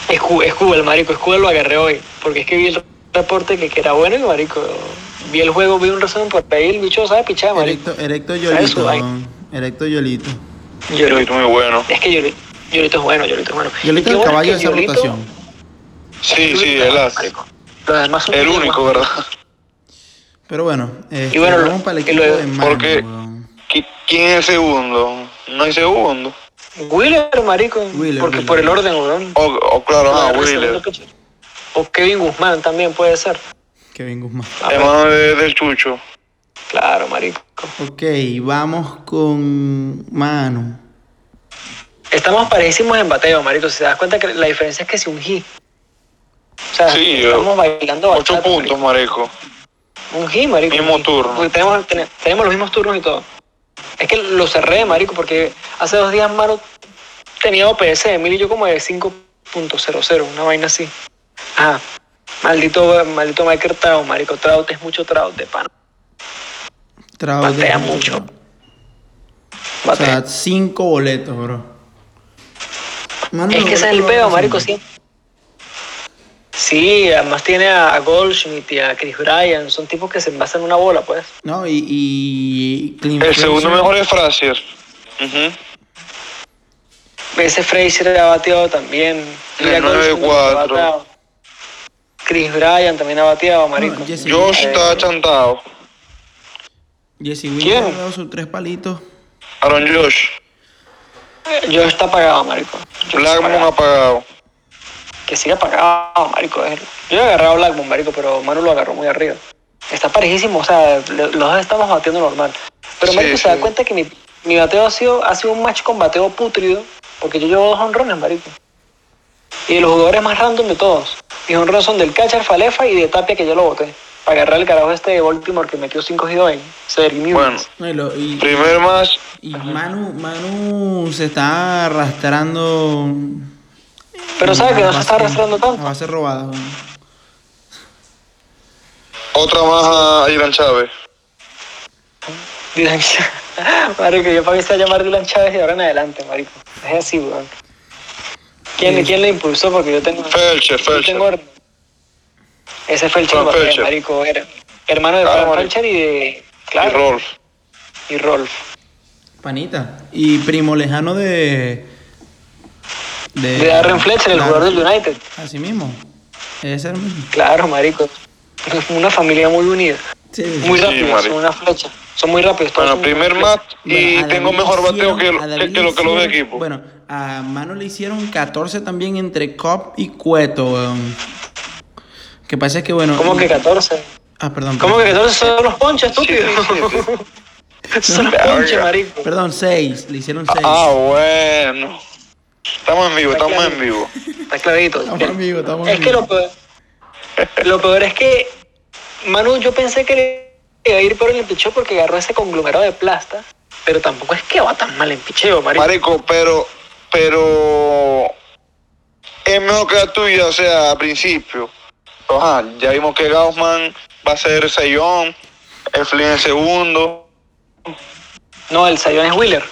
Speaker 2: Escu- Escuba, el marico, Escuba lo agarré hoy, porque es que vi el reporte que, que era bueno y marico, vi el juego, vi un resumen por ahí, el bicho sabe pichar, marico.
Speaker 1: Erecto, erecto
Speaker 2: ¿Sabes su
Speaker 1: Yolito,
Speaker 2: vaina?
Speaker 1: weón. Erecto Yolito.
Speaker 2: Yolito.
Speaker 3: Muy bueno.
Speaker 2: Es que Yolito, Yolito es bueno, Yolito es bueno.
Speaker 1: Yolito
Speaker 2: Y
Speaker 1: es
Speaker 2: qué
Speaker 1: el
Speaker 2: bueno
Speaker 1: caballo de
Speaker 2: que
Speaker 1: esa
Speaker 2: Yolito-
Speaker 1: rotación.
Speaker 3: Sí,
Speaker 2: Yolito
Speaker 3: sí,
Speaker 2: es
Speaker 3: el
Speaker 2: bueno,
Speaker 3: as.
Speaker 2: marico. Los demás son
Speaker 3: El
Speaker 2: muy
Speaker 3: único,
Speaker 2: buenos.
Speaker 3: ¿verdad?
Speaker 1: Pero bueno, este,
Speaker 2: bueno, lo-
Speaker 1: vamos para el
Speaker 2: y
Speaker 1: equipo
Speaker 2: lo-
Speaker 1: de Manu,
Speaker 3: porque-
Speaker 1: weón.
Speaker 3: ¿Qui- ¿Quién es el segundo? No hay segundo.
Speaker 2: Wheeler, marico,
Speaker 1: Wheeler,
Speaker 2: porque
Speaker 1: Wheeler.
Speaker 2: por el orden, weón.
Speaker 3: O, o claro, ah,
Speaker 2: Agarré segundo
Speaker 3: Wheeler.
Speaker 2: pitcher. O Kevin Guzmán también puede ser.
Speaker 1: Kevin Guzmán.
Speaker 2: A ver,
Speaker 3: Hermano de- del Chucho.
Speaker 2: claro, marico.
Speaker 1: Ok, vamos con Manu.
Speaker 2: Estamos parejísimos en bateo, Marito. Si te das cuenta que la diferencia es que si un hit. O sea,
Speaker 3: Sí, yo-
Speaker 2: estamos bailando
Speaker 3: Ocho
Speaker 2: bachata,
Speaker 3: puntos, marico.
Speaker 2: marico. Un hit, Marico.
Speaker 3: Mismo
Speaker 2: un hit.
Speaker 3: turno.
Speaker 2: Porque tenemos, ten- tenemos los mismos turnos y todo. Es que lo cerré, Marico, porque hace dos días, mano, tenía OPS de mil y yo como de 5.00, una vaina así. Ah, maldito, maldito Michael Trout, Marico. Trout es mucho Trout de pan.
Speaker 1: Trao
Speaker 2: Batea mucho.
Speaker 1: O
Speaker 2: Batea.
Speaker 1: sea, cinco boletos, bro. Mano,
Speaker 2: Es que ese es el
Speaker 1: lo-
Speaker 2: peo, marico, sí. Sí, además tiene a a Goldschmidt y a Chris Bryan, son tipos que se envasan una bola, pues.
Speaker 1: No, y, y Clint
Speaker 3: El segundo
Speaker 1: Frazier-
Speaker 3: mejor es Frazier. Ujú.
Speaker 2: Ese Fraser ha bateado también.
Speaker 3: El
Speaker 2: Mira, Goldschmidt
Speaker 3: 9-4.
Speaker 2: ha bateado. Chris Bryan también ha bateado, marico.
Speaker 1: No, Jesse-
Speaker 3: Josh
Speaker 2: Eh,
Speaker 3: está chantado.
Speaker 1: Jesse Winker
Speaker 2: ¿Quién?
Speaker 1: ha dado sus tres palitos.
Speaker 3: Aaron Josh.
Speaker 2: Yo está apagado, marico. Yo
Speaker 3: Blackmon
Speaker 2: está apagado.
Speaker 3: apagado.
Speaker 2: Que siga apagado, marico. es- Yo he agarrado a Blackmon, marico, pero Manu lo agarró muy arriba. Está parejísimo, o sea, le- los dos estamos bateando normal. Pero
Speaker 3: Sí,
Speaker 2: marico,
Speaker 3: sí.
Speaker 2: se da cuenta que mi, mi bateo ha sido, ha sido un match con bateo putrido, porque yo llevo dos honrones, marico. Y de los jugadores más random de todos. Mis honrones son del catcher Falefa y de Tapia, que yo lo boté. Para agarrar el carajo este de Baltimore que metió 5 giros en Cedric Mullins.
Speaker 3: Bueno.
Speaker 1: No, y, lo- y-
Speaker 3: Primer match.
Speaker 1: y Manu, Manu se está arrastrando.
Speaker 2: Pero ¿sabes que no
Speaker 1: A
Speaker 2: se está
Speaker 1: base-
Speaker 2: arrastrando tanto?
Speaker 1: A base robada, güey.
Speaker 3: Otra más a Ilan Chávez.
Speaker 2: Dylan Chávez. Marico, yo pagué a llamar Dylan Chávez de ahora en adelante, marico. Es así, weón. ¿Quién,
Speaker 1: Sí.
Speaker 2: ¿Quién le impulsó? Porque yo tengo...
Speaker 3: Felcher,
Speaker 2: yo
Speaker 3: Felcher.
Speaker 2: tengo- Ese fue el
Speaker 3: Fran
Speaker 2: chico,
Speaker 3: Felcher.
Speaker 2: marico. Era hermano de
Speaker 3: Claro,
Speaker 2: Fran
Speaker 3: marico.
Speaker 2: Felcher y de...
Speaker 3: Y
Speaker 2: Claro,
Speaker 3: Rolf.
Speaker 2: y Rolf.
Speaker 1: Panita. Y primo lejano de. Eh,
Speaker 2: De Darren Fletcher, el jugador del United.
Speaker 1: Así mismo. Es el mismo.
Speaker 2: Claro, marico. Una familia muy unida.
Speaker 1: Sí,
Speaker 2: Muy
Speaker 3: Sí,
Speaker 2: rápidos,
Speaker 3: marico.
Speaker 2: son una flecha. Son muy rápidos. todos
Speaker 3: Bueno,
Speaker 2: son
Speaker 3: primer
Speaker 2: una flecha.
Speaker 3: match y
Speaker 1: Pues, Bueno, a
Speaker 3: tengo
Speaker 1: David
Speaker 3: mejor
Speaker 1: le
Speaker 3: bateo
Speaker 1: hicieron-
Speaker 3: que,
Speaker 1: a
Speaker 3: lo-
Speaker 1: David
Speaker 3: que
Speaker 1: le
Speaker 3: lo que los dos
Speaker 1: hicieron-
Speaker 3: equipos.
Speaker 1: Bueno, a Manu le hicieron 14 también entre Cop y Cueto, weón. Que pasa es que, bueno.
Speaker 2: ¿Cómo que 14?
Speaker 1: Ah, perdón.
Speaker 2: ¿Cómo que
Speaker 1: perdón.
Speaker 2: 14 son los ponches, estúpido? son los
Speaker 3: Verga.
Speaker 2: ponches, marico.
Speaker 1: Perdón, 6. Le hicieron 6.
Speaker 3: Ah, bueno. Estamos en vivo, estamos en vivo.
Speaker 2: Está clarito.
Speaker 1: Estamos en vivo, estamos
Speaker 2: es
Speaker 1: en
Speaker 2: que
Speaker 1: vivo.
Speaker 2: lo peor, lo peor es que Manu, yo pensé que le iba a ir peor en el picheo porque agarró ese conglomerado de plasta, pero tampoco es que va tan mal en picheo, marico.
Speaker 3: Marico, pero. Pero. Es mejor que la tuya, o sea, al principio. Ajá, ya vimos que Gaussman va a ser Sayón, el Flynn en segundo.
Speaker 2: No, el Sayón es Wheeler.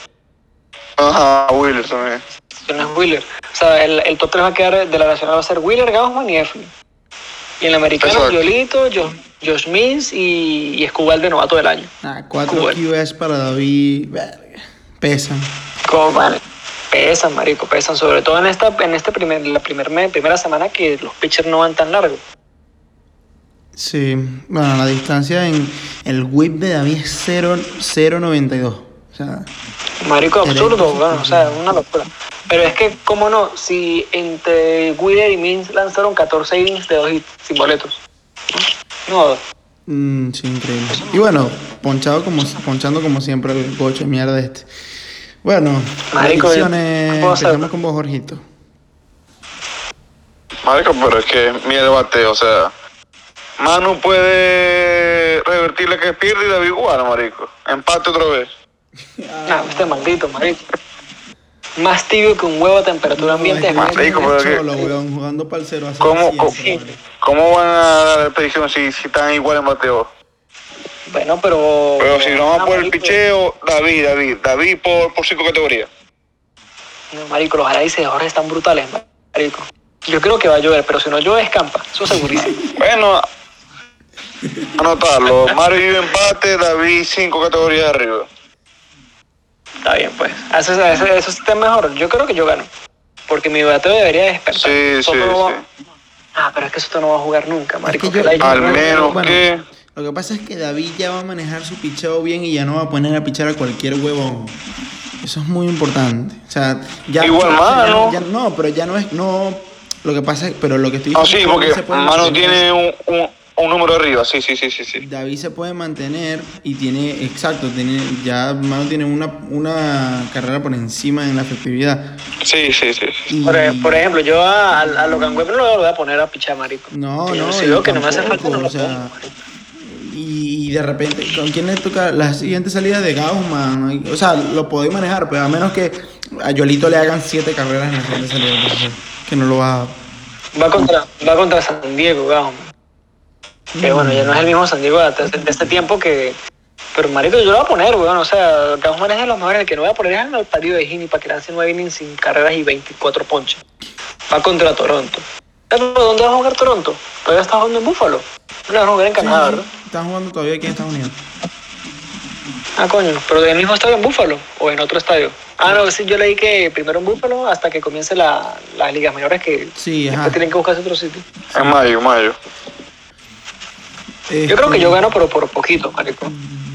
Speaker 3: Ajá, eh. Willis también.
Speaker 2: Pero no es Wheeler. O sea, el, el top 3 va a quedar de la nacional va a ser Wheeler, Gaussman y Eflin. Y en el americano,
Speaker 3: Exacto.
Speaker 2: Yolito, Josh, Josh Means y, y Escubal de novato del año.
Speaker 1: Ah, 4
Speaker 2: Cuba.
Speaker 1: QS para David. Verga. Pesan.
Speaker 2: Como, man, Pesan, marico, pesan. Sobre todo en esta, en este primer, la primer, me- primera semana que los pitchers no van tan largos.
Speaker 1: Sí. Bueno, la distancia en el whip de David es 0 0.92. O sea,
Speaker 2: Marico, absurdo,
Speaker 1: Tremendo.
Speaker 2: weón, o sea, una locura. Pero es que, ¿cómo no? Si entre Wheeler y Mins lanzaron 14 innings de dos hits sin boletos. No,
Speaker 1: mm, sí, increíble. Y bueno, ponchado como, ponchando como siempre el coche mierda este. Bueno,
Speaker 2: Marico,
Speaker 1: predicciones.
Speaker 2: ¿cómo vas a-
Speaker 1: Empezamos con vos, Jorgito.
Speaker 3: Marico, pero es que mira el bateo, o sea. Manu puede revertir la que pierde y David igual, marico. Empate otra vez.
Speaker 2: no, este maldito, marico. Más tibio que un huevo a temperatura ambiente.
Speaker 3: más
Speaker 2: marico.
Speaker 3: rico, pero que-
Speaker 1: Cholo, weón, jugando pa'l cero. así,
Speaker 3: ¿Cómo,
Speaker 1: así,
Speaker 3: cómo,
Speaker 1: así, vale.
Speaker 3: cómo van a dar predicción si, si están igual en bateo?
Speaker 2: Bueno, pero...
Speaker 3: Pero si no
Speaker 2: Ah,
Speaker 3: vamos por el
Speaker 2: marico,
Speaker 3: picheo, David, David, David por, por cinco categorías.
Speaker 2: no, Marico, los análisis de ahora están brutales, marico. Yo creo que va a llover, pero si no llueve, escampa. Eso segurísimo.
Speaker 3: Bueno, anotarlo. Mario vive empate, David cinco categorías arriba.
Speaker 2: Está bien, pues. Eso, eso, eso está mejor. Yo creo que yo gano. Porque mi bateo debería despertar.
Speaker 3: Sí,
Speaker 2: Soto
Speaker 3: sí,
Speaker 2: no va-
Speaker 3: sí.
Speaker 2: Ah, pero es que Soto no va a jugar nunca, marico.
Speaker 1: Es que yo-
Speaker 2: Ojalá y
Speaker 3: Al
Speaker 2: no-
Speaker 3: menos que-
Speaker 1: Lo que pasa es que David ya va a manejar su picheo bien y ya no va a poner a pichar a cualquier huevón. Eso es muy importante. O sea, ya.
Speaker 3: Igual,
Speaker 1: ya-
Speaker 3: mano.
Speaker 1: ya- no, pero ya no es. No. Lo que pasa es. Pero lo que estoy
Speaker 3: No, sí,
Speaker 1: es que
Speaker 3: porque
Speaker 1: se puede
Speaker 3: Mano
Speaker 1: mantener-
Speaker 3: tiene un, un, un número arriba, sí, sí, sí, sí, sí.
Speaker 1: David se puede mantener y tiene, exacto, tiene, ya Manu tiene una, una carrera por encima en la efectividad.
Speaker 3: Sí, sí, sí. sí.
Speaker 1: Y-
Speaker 2: Por, e- por ejemplo, yo a, a, a Logan Webb no lo voy a poner a pichar, marico.
Speaker 1: No,
Speaker 2: Yo
Speaker 1: no,
Speaker 2: Si
Speaker 1: y
Speaker 2: veo que no me hace falta,
Speaker 1: tampoco,
Speaker 2: no lo
Speaker 1: o sea,
Speaker 2: pongo, marico.
Speaker 1: Y, y de repente, ¿con quién le toca la siguiente salida de Gaussman? O sea, lo podéis manejar, pero a menos que a Yolito le hagan siete carreras en la siguiente salida, entonces, que no lo va a...
Speaker 2: Va contra, va contra San Diego, Gao. Que bueno, ya no es el mismo San Diego de, hace- de este tiempo que. Pero marico, yo lo voy a poner, weón. O sea, Gaussman es de los mejores. El que no voy a poner es al malparido de Gini para que lance 9 innings sin carreras y 24 ponches. Va contra Toronto. Pero, ¿Dónde va a jugar Toronto? Todavía está jugando en Búfalo. No va a jugar en Canadá,
Speaker 1: Sí,
Speaker 2: ¿verdad?
Speaker 1: Están jugando todavía aquí en Estados Unidos.
Speaker 2: Ah, coño. Pero del mismo estadio en Búfalo o en otro estadio. Ah, no, sí, yo leí que primero en Búfalo hasta que comience la, las ligas menores que
Speaker 1: Sí, ajá.
Speaker 2: después tienen que buscarse otro sitio.
Speaker 3: En mayo, mayo.
Speaker 2: Yo creo que
Speaker 1: Este,
Speaker 2: yo gano, pero por poquito, marico.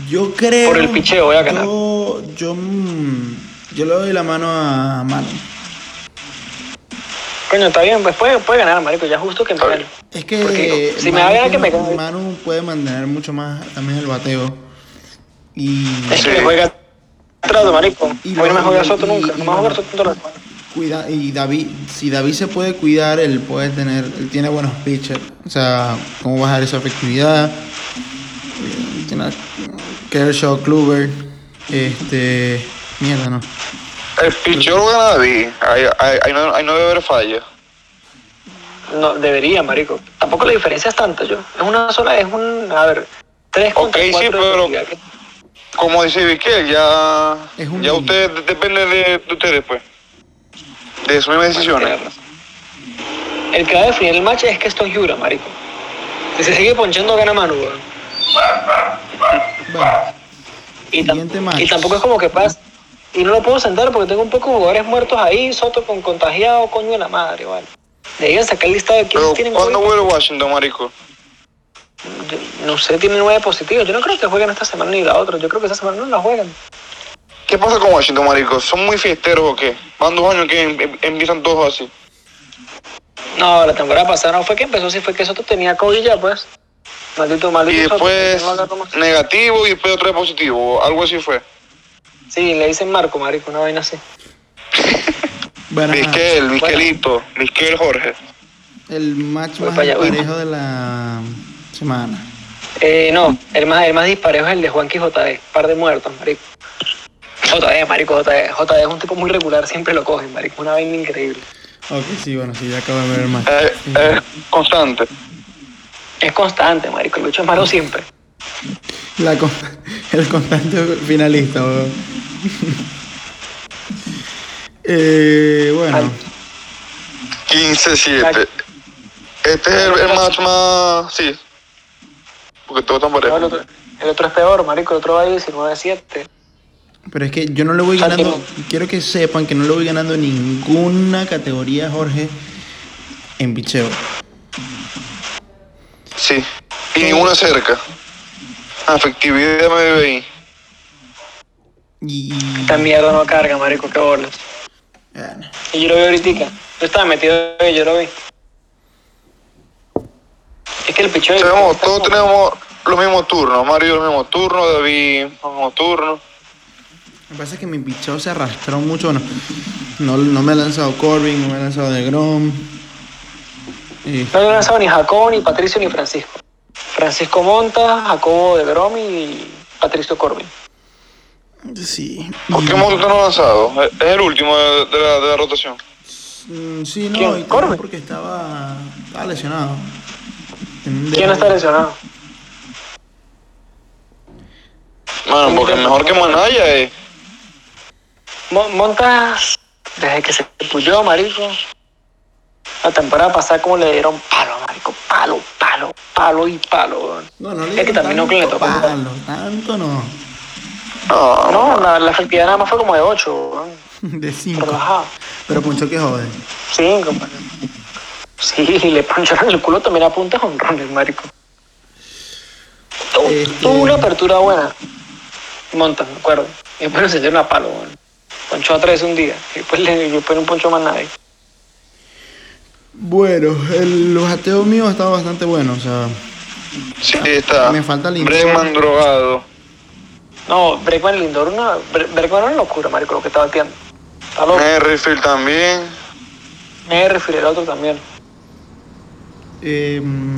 Speaker 1: Yo creo.
Speaker 2: Por el picheo voy a ganar.
Speaker 1: Yo, yo, mm, yo le doy la mano a Manu.
Speaker 2: Coño, está bien, pues puede, puede ganar, marico, ya justo que me
Speaker 3: Está
Speaker 2: gane.
Speaker 1: Es que.
Speaker 2: Porque si me
Speaker 1: Manu
Speaker 2: va a ganar, que
Speaker 1: tiene-
Speaker 2: me gane.
Speaker 1: Manu puede mantener mucho más también el bateo. Y.
Speaker 2: Es que
Speaker 3: Sí.
Speaker 2: me juega atrás, marico.
Speaker 1: Y
Speaker 2: Hoy no
Speaker 1: lo-
Speaker 2: me juega
Speaker 1: y-
Speaker 2: Soto
Speaker 1: y-
Speaker 2: nunca, no
Speaker 1: y
Speaker 2: me va a jugar
Speaker 1: lo-
Speaker 2: Soto en toda la semana.
Speaker 1: Cuida, y David, si David se puede cuidar, él puede tener, él tiene buenos pitchers. O sea, cómo bajar esa efectividad. Eh, Tiene a Kershaw, Kluber, este, mierda, no.
Speaker 3: El picheo lo gana David. Ahí, ahí- ahí no, ahí no debe haber falla.
Speaker 2: No, debería, marico. Tampoco la diferencia es tanta, yo. Es una sola, es un, a ver, tres
Speaker 3: Ok,
Speaker 2: contra
Speaker 3: sí,
Speaker 2: cuatro de
Speaker 3: pero-
Speaker 2: efectividad.
Speaker 3: Como dice Viquel, ya,
Speaker 1: Es un
Speaker 3: ya
Speaker 1: mini.
Speaker 3: usted depende de, de ustedes, pues. De sus mismas decisiones.
Speaker 2: Tiene razón. El que va a definir el match es que esto es Yura, marico. Si se sigue ponchando, gana Manu, weón.
Speaker 1: Bueno,
Speaker 2: Y, tam-
Speaker 1: Siguiente match.
Speaker 2: y tampoco es como que pasa. Y no lo puedo sentar porque tengo un poco de jugadores muertos ahí, Soto con contagiado, coño de la madre, vale. Deberían sacar el listado de quiénes
Speaker 3: Pero,
Speaker 2: tienen
Speaker 3: ¿cuándo
Speaker 2: COVID.
Speaker 3: vuelve Washington, marico?
Speaker 2: Yo- No sé, tiene nueve positivos. Yo no creo que jueguen esta semana ni la otra. Yo creo que esta semana no la juegan.
Speaker 3: ¿Qué pasa con Washington, marico? ¿Son muy fiesteros o qué? Van dos años que em- em- empiezan todos así.
Speaker 2: No, la temporada pasada no fue que empezó, sí fue que Soto tenía COVID ya, pues. Maldito,
Speaker 3: Y
Speaker 2: maldito. Soto,
Speaker 3: después
Speaker 2: no haga como-
Speaker 3: negativo y después otra vez positivo. o Algo así fue.
Speaker 2: Sí, le dicen Marco, marico, una vaina así.
Speaker 1: bueno, ajá.
Speaker 3: Vizquel, Vizquelito, Vizquel Jorge.
Speaker 1: El match
Speaker 2: Voy
Speaker 1: más
Speaker 2: pa' allá, voy.
Speaker 1: parejo de la semana.
Speaker 2: Eh, no, el más, el más disparejo es el de Juanqui JD, par de muertos, marico. JD, marico, JD. JD es un tipo muy regular, siempre lo cogen, marico. Una vaina increíble.
Speaker 1: Ok, sí, bueno, sí, ya acabo de ver el match.
Speaker 3: Eh,
Speaker 1: Sí.
Speaker 3: Es constante.
Speaker 2: Es constante, marico. El bicho es malo siempre.
Speaker 1: La con- el constante finalista, weón. eh, bueno,
Speaker 3: 15-7. Este es el, el match más. Sí. Porque todos están
Speaker 2: No, el,
Speaker 3: parejos.
Speaker 2: otro, el otro es peor, marico. El otro va 19-7.
Speaker 1: pero es que yo no le voy
Speaker 2: Santi,
Speaker 1: ganando. Quiero que sepan que no le voy ganando ninguna categoría a Jorge en picheo.
Speaker 3: Sí. Y ninguna cerca. Ah, Afectividad me ve ahí.
Speaker 1: Y.
Speaker 2: Esta mierda no carga, marico. Qué bolas.
Speaker 1: Bueno,
Speaker 2: Y yo lo vi ahorita. Yo estaba metido ahí, yo lo vi. Es que el pichón...
Speaker 3: Tenemos- todos tenemos los mismos turnos. Mario los mismos turnos, David los mismos turnos.
Speaker 1: me pasa que mi picheo se arrastró mucho. No, no, no me ha lanzado Corbin, no me ha lanzado DeGrom. Eh,
Speaker 2: No había lanzado ni Jacobo, ni Patricio, ni Francisco. Francisco Monta, Jacobo de Grom y Patricio Corbin.
Speaker 1: sí.
Speaker 3: ¿Por qué Monta no ha lanzado? Es el último de, de la, de la rotación.
Speaker 1: Mm, Sí, no, y
Speaker 2: ¿Quién?
Speaker 1: también
Speaker 2: ¿Corbe?
Speaker 1: porque estaba, estaba lesionado. Tenía un
Speaker 2: ¿Quién
Speaker 1: dedo-
Speaker 2: está lesionado?
Speaker 3: Bueno, porque mejor que Manaya es.
Speaker 2: Mo- Montas, desde que se puyó, marico. La temporada pasada como le dieron palo, marico. Palo, palo, palo y palo. weón.
Speaker 1: No, no le
Speaker 2: Es
Speaker 1: dieron
Speaker 2: que también no
Speaker 1: tanto
Speaker 2: le tocó.
Speaker 1: palo, tanto no.
Speaker 3: No, no.
Speaker 2: No, la, la efectividad nada más fue como de 8,
Speaker 1: De cinco.
Speaker 2: relajado.
Speaker 1: Pero Poncho que jode.
Speaker 2: 5, Sí, le poncharon el culo también a punta con Ronald, marico. Tu-
Speaker 1: Este-
Speaker 2: Tuvo una apertura buena. Monta, me acuerdo. Y después se dieron a palo, weón. Ponchó a tres un día. Y después, le, y después no ponchó más nadie.
Speaker 1: Bueno, el, los ateos míos estaban bastante buenos. O sea,
Speaker 3: Sí, está.
Speaker 1: Me falta Lindor.
Speaker 3: Bregman drogado.
Speaker 2: No, Bregman Lindor, una, Bre- Bregman era una locura, marico, lo que estaba batiendo. Está loco.
Speaker 3: Merrifield también.
Speaker 2: Me refiero al otro también.
Speaker 1: Eh, mm,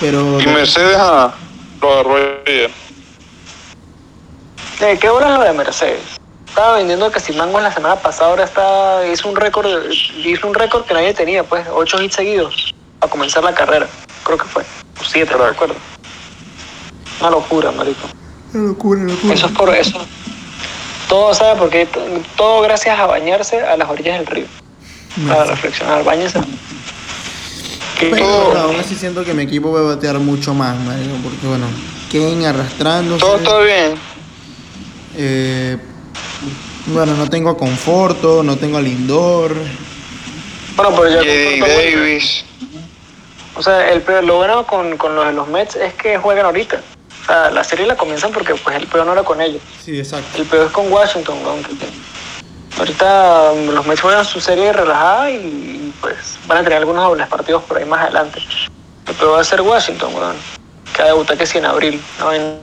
Speaker 1: pero.
Speaker 3: Y Mercedes ah, lo agarró ayer.
Speaker 2: Eh, ¿Qué hora es lo de Mercedes? Estaba vendiendo casi mangos la semana pasada, ahora está, hizo un récord, hizo un récord que nadie tenía, pues, ocho hits seguidos a comenzar la carrera, creo que fue, o siete, no recuerdo. Una locura, marico.
Speaker 1: Una locura, una locura.
Speaker 2: Eso es por eso. Todo sabe porque todo gracias a bañarse a las orillas del río. Para reflexionar, bañarse.
Speaker 1: Pero
Speaker 3: Todo-
Speaker 1: aún así siento que mi equipo va a batear mucho más, marico, porque bueno, Kane arrastrándose.
Speaker 3: Todo está bien.
Speaker 1: Eh, bueno, no tengo a Conforto, no tengo a Lindor.
Speaker 2: Bueno, pero ya
Speaker 3: J.D.
Speaker 2: con-
Speaker 3: Davis.
Speaker 2: O sea, el, pero lo bueno con, con los de los Mets es que juegan ahorita. O sea, la serie la comienzan porque pues el peor no era con ellos.
Speaker 1: Sí, exacto.
Speaker 2: El peor es con Washington, con que- Ahorita mm, los Mets juegan su serie relajada y pues van a tener algunos dobles partidos por ahí más adelante. El peor va a ser Washington, weón. Que va a debutar que sí en abril. No, en,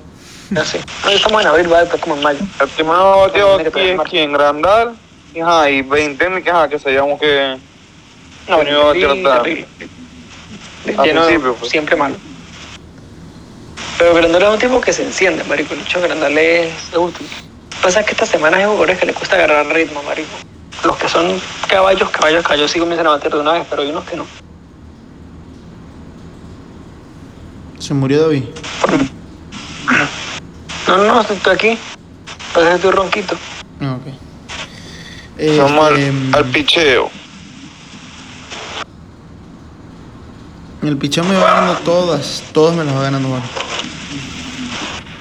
Speaker 2: no sé. No, estamos en abril, va a debutar como en mayo.
Speaker 3: El primero bateó
Speaker 2: Tiene que
Speaker 3: aquí es
Speaker 2: pegar
Speaker 3: quien Grandal. Y, Ajá, y 20 que, ajá, que sabíamos que.
Speaker 2: No,
Speaker 3: Pero iba a
Speaker 2: terrible,
Speaker 3: tratar.
Speaker 2: terrible.
Speaker 3: Al
Speaker 2: Lleno de-
Speaker 3: principio, pues.
Speaker 2: siempre malo. Pero Grandal es un tipo que se enciende, marico. El hecho Grandal es, es útil. Lo que Pasa es que estas semanas hay jugadores que le cuesta agarrar ritmo, marico. Los que son caballos, caballos, caballos sí comienzan a bater de una vez, pero hay unos que no.
Speaker 1: Se murió David.
Speaker 2: No, no, no, estoy aquí. Parece que estoy ronquito.
Speaker 1: Ah, ok. Eh,
Speaker 3: Vamos al,
Speaker 1: em,
Speaker 3: al picheo.
Speaker 1: el pichón me va ganando todas. Todos me las va ganando, bueno.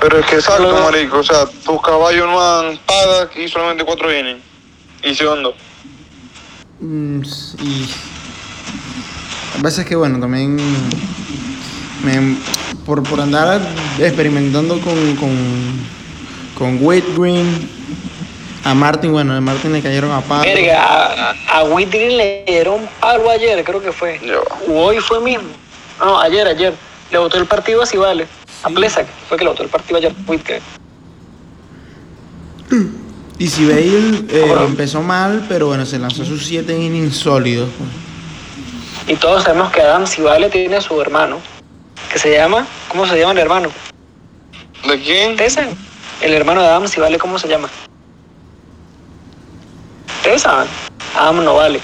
Speaker 3: Pero es que exacto,
Speaker 2: Hola.
Speaker 3: marico. O sea, tus caballos no han paga y solamente cuatro innings. Y segundo.
Speaker 1: Mm, s- y a veces que bueno también me- por, por andar experimentando con con con Whit Green a Martin bueno a Martin le cayeron a palo
Speaker 2: Verga, a, a Whit Green le dieron palo ayer, creo que fue.
Speaker 3: Ya va.
Speaker 2: O hoy fue mismo. No, ayer, ayer. Le votó el partido a Cibales. A Plesak, fue que le votó el partido ayer. Whit Green.
Speaker 1: y si Bale eh,
Speaker 2: Ahora-
Speaker 1: empezó mal pero bueno se lanzó sus 7 innings sólidos
Speaker 2: Y todos sabemos que Adam Cibale tiene a su hermano, que se llama, ¿cómo se llama el hermano?
Speaker 3: ¿De quién?
Speaker 2: ¿Ustedes saben? El hermano de Adam Cibale, ¿cómo se llama? ¿Ustedes saben? Adam no vale.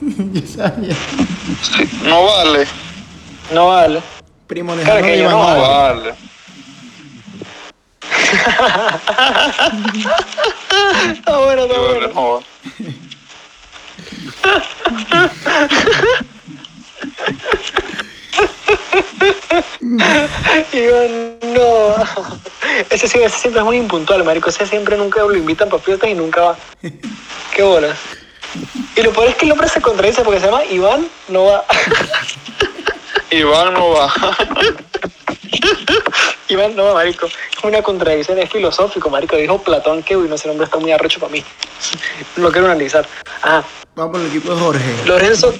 Speaker 1: yo sabía
Speaker 3: Sí, No vale.
Speaker 2: No vale.
Speaker 1: primo
Speaker 2: Claro
Speaker 1: lejano
Speaker 2: que
Speaker 1: de
Speaker 2: yo
Speaker 1: Iván
Speaker 2: no,
Speaker 3: No
Speaker 1: Nova.
Speaker 3: vale.
Speaker 2: Está bueno, está
Speaker 3: Sí, vale,
Speaker 2: bueno.
Speaker 3: no vale.
Speaker 2: Y yo, no. Ese, sí- ese siempre es muy impuntual, marico. Ese siempre nunca lo invitan para fiestas y nunca va. Qué bolas. Y lo peor es que el hombre se contradice porque se llama Iván no va.
Speaker 3: Iván no va.
Speaker 2: Iván no va, marico. Es una contradicción, es filosófico, marico. Dijo Platón que, uy, no, ese nombre está muy arrecho para mí. Lo quiero analizar. Ah,
Speaker 1: vamos por el equipo de Jorge Ah,
Speaker 2: Lorenzo,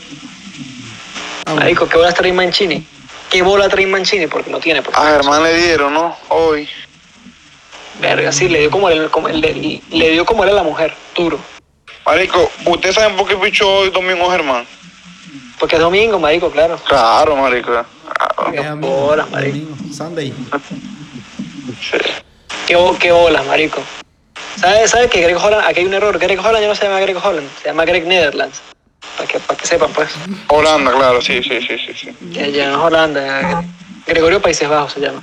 Speaker 1: Vamos.
Speaker 2: marico, ¿qué bola trae Mancini? ¿Qué bola trae Mancini? Porque no tiene, pues.
Speaker 3: A Germán le dieron, ¿no? Hoy.
Speaker 2: Verga, sí, le dio como, el, como el- le, le dio como era la mujer, duro.
Speaker 3: Marico, ¿ustedes saben por qué pichó hoy Domingo Germán?
Speaker 2: Porque es domingo, marico, claro.
Speaker 3: Claro, marico. Ah, Claro.
Speaker 1: Eh, amigo,
Speaker 2: Hola, marico.
Speaker 1: amigo. Sunday
Speaker 3: Sí.
Speaker 2: Qué, bo- qué bolas, marico. ¿Sabes sabe que Greg Holland, aquí hay un error? Greg Holland ya no se llama Greg Holland, se llama Greg Netherlands. Para que, para que sepan, pues.
Speaker 3: Holanda, claro, sí, sí, sí, sí, sí.
Speaker 2: Ya, ya, no es Holanda. Gregorio Países Bajos se llama.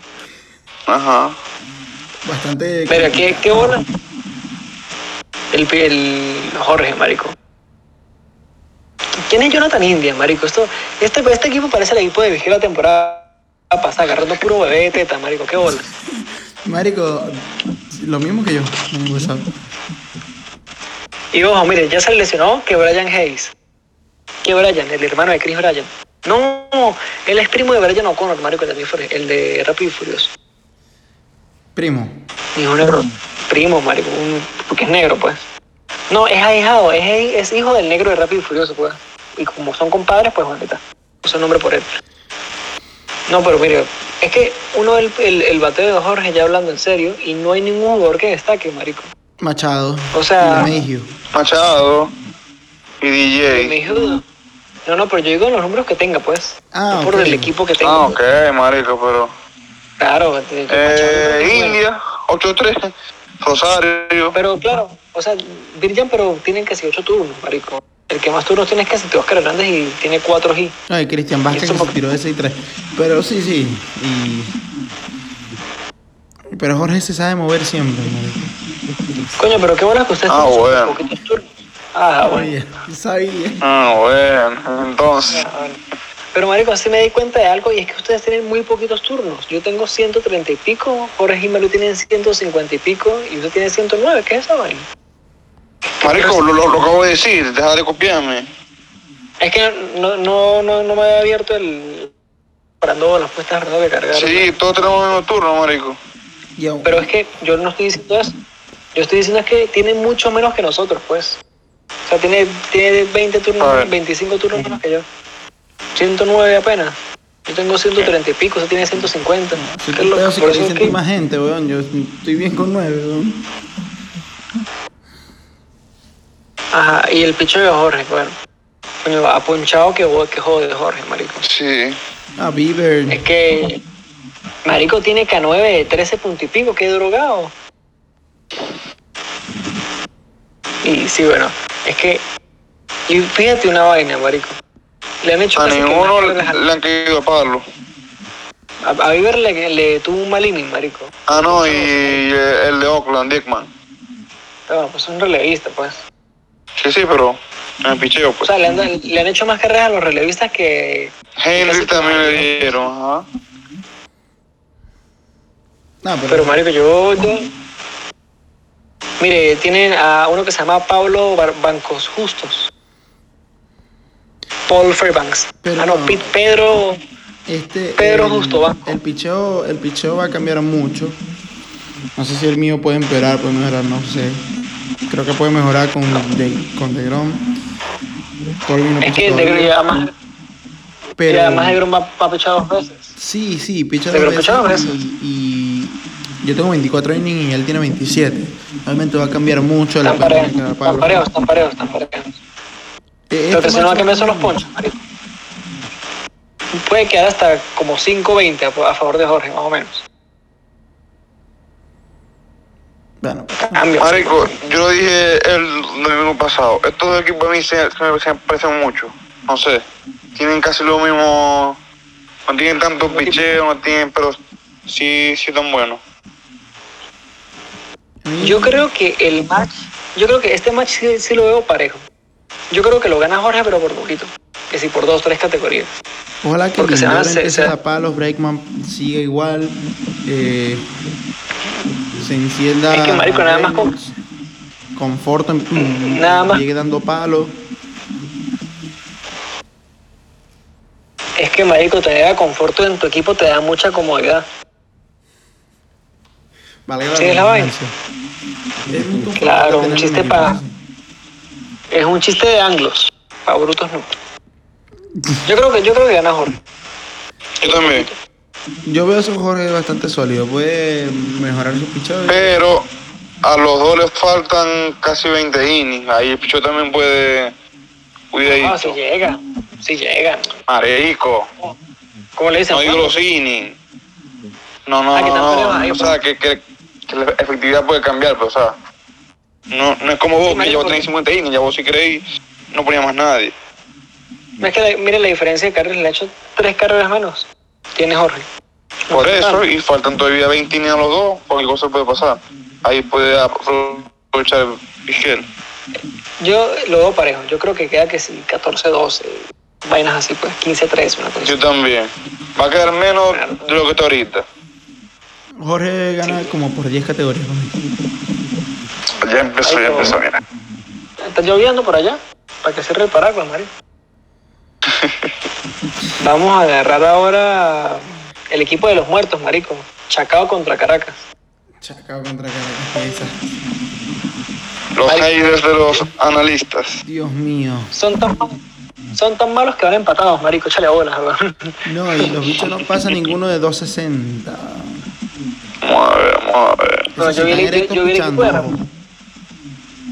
Speaker 3: Ajá.
Speaker 1: bastante
Speaker 2: Pero ¿qué, qué bola? El, pi- el Jorge, marico. ¿Quién es Jonathan India, marico? Esto, este, este equipo parece el equipo de vigía la temporada pasada, agarrando puro bebé de teta, marico. Qué bola.
Speaker 1: Marico, lo mismo que yo. en WhatsApp.
Speaker 2: Y ojo, miren, ya se lesionó que Brian Hayes. Que Brian, el hermano de Chris Brian. No, él es primo de Brian O'Connor, marico, el de, el de Rápido y Furioso.
Speaker 1: Primo.
Speaker 2: Y es un error. Primo, marico, un- porque es negro, pues. No, es ahijado, es, es hijo del negro de Rápido y Furioso, pues. Y como son compadres, pues, bueno, ahí está. Puso el nombre por él. No, pero mire, es que uno el, el, el bateo de Jorge, ya hablando en serio, y no hay ningún jugador que destaque, marico.
Speaker 1: Machado.
Speaker 2: O sea-
Speaker 1: Remigio.
Speaker 3: Machado y DJ.
Speaker 2: Me duda. No, no, pero yo digo los números que tenga, pues.
Speaker 1: Ah,
Speaker 2: No por
Speaker 1: ok.
Speaker 2: el equipo que tenga.
Speaker 3: Ah, ok, marico, pero.
Speaker 2: Claro. te- te- Machado
Speaker 3: Eh,
Speaker 2: es muy bueno.
Speaker 3: India, 8-3. Rosario.
Speaker 2: Pero claro, o sea, Virgin, pero tienen casi ocho turnos, marico. El que más turnos tiene es casi Oscar Hernández y tiene cuatro G.
Speaker 1: Ay, Cristian Vázquez
Speaker 2: Eso
Speaker 1: que se
Speaker 2: porque-
Speaker 1: tiró de 6-3. Pero sí, sí. Y... Pero Jorge se sabe mover siempre. marico.
Speaker 2: Coño, pero qué bueno que ustedes
Speaker 3: Ah,
Speaker 2: tienen sus
Speaker 3: bueno.
Speaker 2: poquitos turnos. Ah, bueno.
Speaker 1: Oye, sabía.
Speaker 3: Ah, bueno, entonces.
Speaker 2: Ah, bueno. Pero marico, así me di cuenta de algo y es que ustedes tienen muy poquitos turnos. Yo tengo 130 y pico, Jorge y Maru tienen 150 y pico y usted tiene 109, ¿qué es eso, vaina?
Speaker 3: Marico, lo, lo, lo acabo de decir, deja de copiarme.
Speaker 2: Es que no, no, no, no me había abierto el... Parando las puestas de verdad que cargar.
Speaker 3: Sí, todos tenemos el mismo turno, marico.
Speaker 1: Y aún-
Speaker 2: Pero es que yo no estoy diciendo eso. Yo estoy diciendo es que tiene mucho menos que nosotros, pues. O sea, tiene, tiene 20 turnos,
Speaker 3: A ver.
Speaker 2: 25 turnos menos que yo. 109 apenas. Yo tengo 130 y pico, usted tiene 150.
Speaker 1: Si
Speaker 2: Qué loco,
Speaker 1: te si
Speaker 2: por
Speaker 1: que
Speaker 2: eso es
Speaker 1: dicen
Speaker 2: que-
Speaker 1: más gente, weón. Yo estoy bien con 9, weón.
Speaker 2: Ajá, y el picho de Jorge, bueno. Coño, ha ponchado que, que jode Jorge, marico.
Speaker 3: Sí.
Speaker 1: Ah,
Speaker 2: Es
Speaker 1: Bieber.
Speaker 2: que... Marico tiene K9 de 13 punto y pico, qué drogado. Y sí, bueno, es que... Y fíjate una vaina, marico. Le han hecho
Speaker 3: A
Speaker 2: casi que
Speaker 3: ninguno
Speaker 2: más
Speaker 3: le,
Speaker 2: carreras al-
Speaker 3: le han querido a Pablo.
Speaker 2: a, a Bieber le, le tuvo un mal inning, marico.
Speaker 3: Ah, no, y eh, el de Oakland, Dickman.
Speaker 2: No, pues es un relevista, pues.
Speaker 3: Sí, sí, pero en el picheo,
Speaker 2: O
Speaker 3: pues.
Speaker 2: sea, le han, le han hecho más carreras a los relevistas que...
Speaker 3: Henry también le dieron, ajá.
Speaker 1: No, Ah, pero,
Speaker 2: Pero marico, yo... yo- Mire, tienen a uno que se llama Pablo Bar- Bancos Justos. Paul Fairbanks.
Speaker 1: Pero
Speaker 2: ah, no,
Speaker 1: no.
Speaker 2: Pete- Pedro...
Speaker 1: este,
Speaker 2: Pedro
Speaker 1: el-
Speaker 2: Justo Vasco.
Speaker 1: El picheo, el picheo va a cambiar mucho. No sé si el mío puede empeorar, puede mejorar, no sé. Creo que puede mejorar con, de, con DeGrom. Colby no
Speaker 2: Es
Speaker 1: pichó
Speaker 2: que
Speaker 1: todavía,
Speaker 2: de, además,
Speaker 1: pero-
Speaker 2: y además de Grom va, va a pichar dos veces.
Speaker 1: Sí, sí, picha
Speaker 2: Pero
Speaker 1: dos
Speaker 2: pichaba
Speaker 1: veces
Speaker 2: veces.
Speaker 1: y, y yo tengo 24 innings y él tiene 27. Obviamente va a cambiar mucho la
Speaker 2: Están parejos,
Speaker 1: dinámica de
Speaker 2: están
Speaker 1: Pablo.
Speaker 2: parejos, están parejos, están parejos.
Speaker 1: Eh,
Speaker 2: Lo
Speaker 1: este
Speaker 2: que sí no va a
Speaker 1: macho-
Speaker 2: cambiar son los ponchos, marico. Puede quedar hasta como 5-20 a, a favor de Jorge, más o menos.
Speaker 1: Bueno,
Speaker 2: Cambio.
Speaker 3: Marico, yo lo dije el domingo pasado. Estos dos equipos a mí se, se me se me parecen mucho. No sé. Tienen casi lo mismo. No tienen tanto picheo, no tienen, pero sí, sí tan buenos.
Speaker 1: a mí-
Speaker 2: Yo creo que el match, yo creo que este match sí, sí lo veo parejo. Yo creo que lo gana Jorge, pero por poquito. Que si por dos, tres categorías.
Speaker 1: Ojalá que
Speaker 2: Porque se
Speaker 1: Lindor
Speaker 2: van a- se-
Speaker 1: empiece
Speaker 2: se-
Speaker 1: a palos, Breakman siga igual, eh, se encienda.
Speaker 2: Es que, marico, nada más con- Mm,
Speaker 1: Reynolds, Conforto, en-
Speaker 2: Nada más.
Speaker 1: Llegue dando palos.
Speaker 2: Es que, marico, te da conforto en tu equipo, te da mucha comodidad.
Speaker 1: Vale,
Speaker 2: Sí, es la vaina.
Speaker 1: Es muy confortable
Speaker 2: Claro, un
Speaker 1: tener
Speaker 2: chiste
Speaker 1: equipo
Speaker 2: pa-
Speaker 1: así.
Speaker 2: Es un chiste de anglos. Para brutos no. Yo creo que, yo creo que gana Jorge.
Speaker 3: Yo también.
Speaker 1: Yo veo a su Jorge bastante sólido, puede mejorar su pichado.
Speaker 3: Pero a los dos les faltan casi 20 innings. Ahí el picheo también puede.
Speaker 2: Ah,
Speaker 3: Cuidadito.
Speaker 2: si llega. Si llega.
Speaker 3: Marico.
Speaker 2: ¿Cómo le dicen?
Speaker 3: No digo
Speaker 2: Juan?
Speaker 3: los innings. No, no,
Speaker 2: Ah, que
Speaker 3: no,
Speaker 2: tampoco le
Speaker 3: no,
Speaker 2: va, ahí,
Speaker 3: O sea, que, que, que la efectividad puede cambiar, pero o sea. No, no es como vos, que ya
Speaker 2: marico,
Speaker 3: vos tenés 50 innings, ya vos si creéis, no ponía más nadie.
Speaker 2: No es que, la- mire la diferencia de carreras, le ha hecho tres carreras menos. Tiene Jorge.
Speaker 3: Por
Speaker 2: Total.
Speaker 3: eso, y faltan todavía 20 innings a los dos, cualquier cosa puede pasar. Ahí puede aprovechar Michel.
Speaker 2: Yo lo veo parejo. Yo creo que queda que sí, 14-12. Vainas así, pues 15-3, una cosa.
Speaker 3: Yo también. Va a quedar menos de lo que está ahorita.
Speaker 1: Jorge gana como por 10 categorías.
Speaker 3: Ya empezó, ya empezó, mira.
Speaker 2: Está lloviendo por allá. Para que cierre el paraguas, Mario. Vamos a agarrar ahora el equipo de los muertos, marico. Chacao contra Caracas.
Speaker 1: Chacao contra Caracas. esa.
Speaker 3: Los
Speaker 2: Marico.
Speaker 3: aires de los analistas.
Speaker 1: Dios mío.
Speaker 2: Son tan, fa- son tan malos que van empatados, marico, échale bolas, weón.
Speaker 1: No, y los bichos no pasan ninguno de 260.
Speaker 3: Vamos a ver, vamos a ver.
Speaker 2: No,
Speaker 1: Esos
Speaker 2: yo vi el
Speaker 1: están
Speaker 2: equipo- yo vi el equipo de
Speaker 1: escuchando.
Speaker 2: Ramón.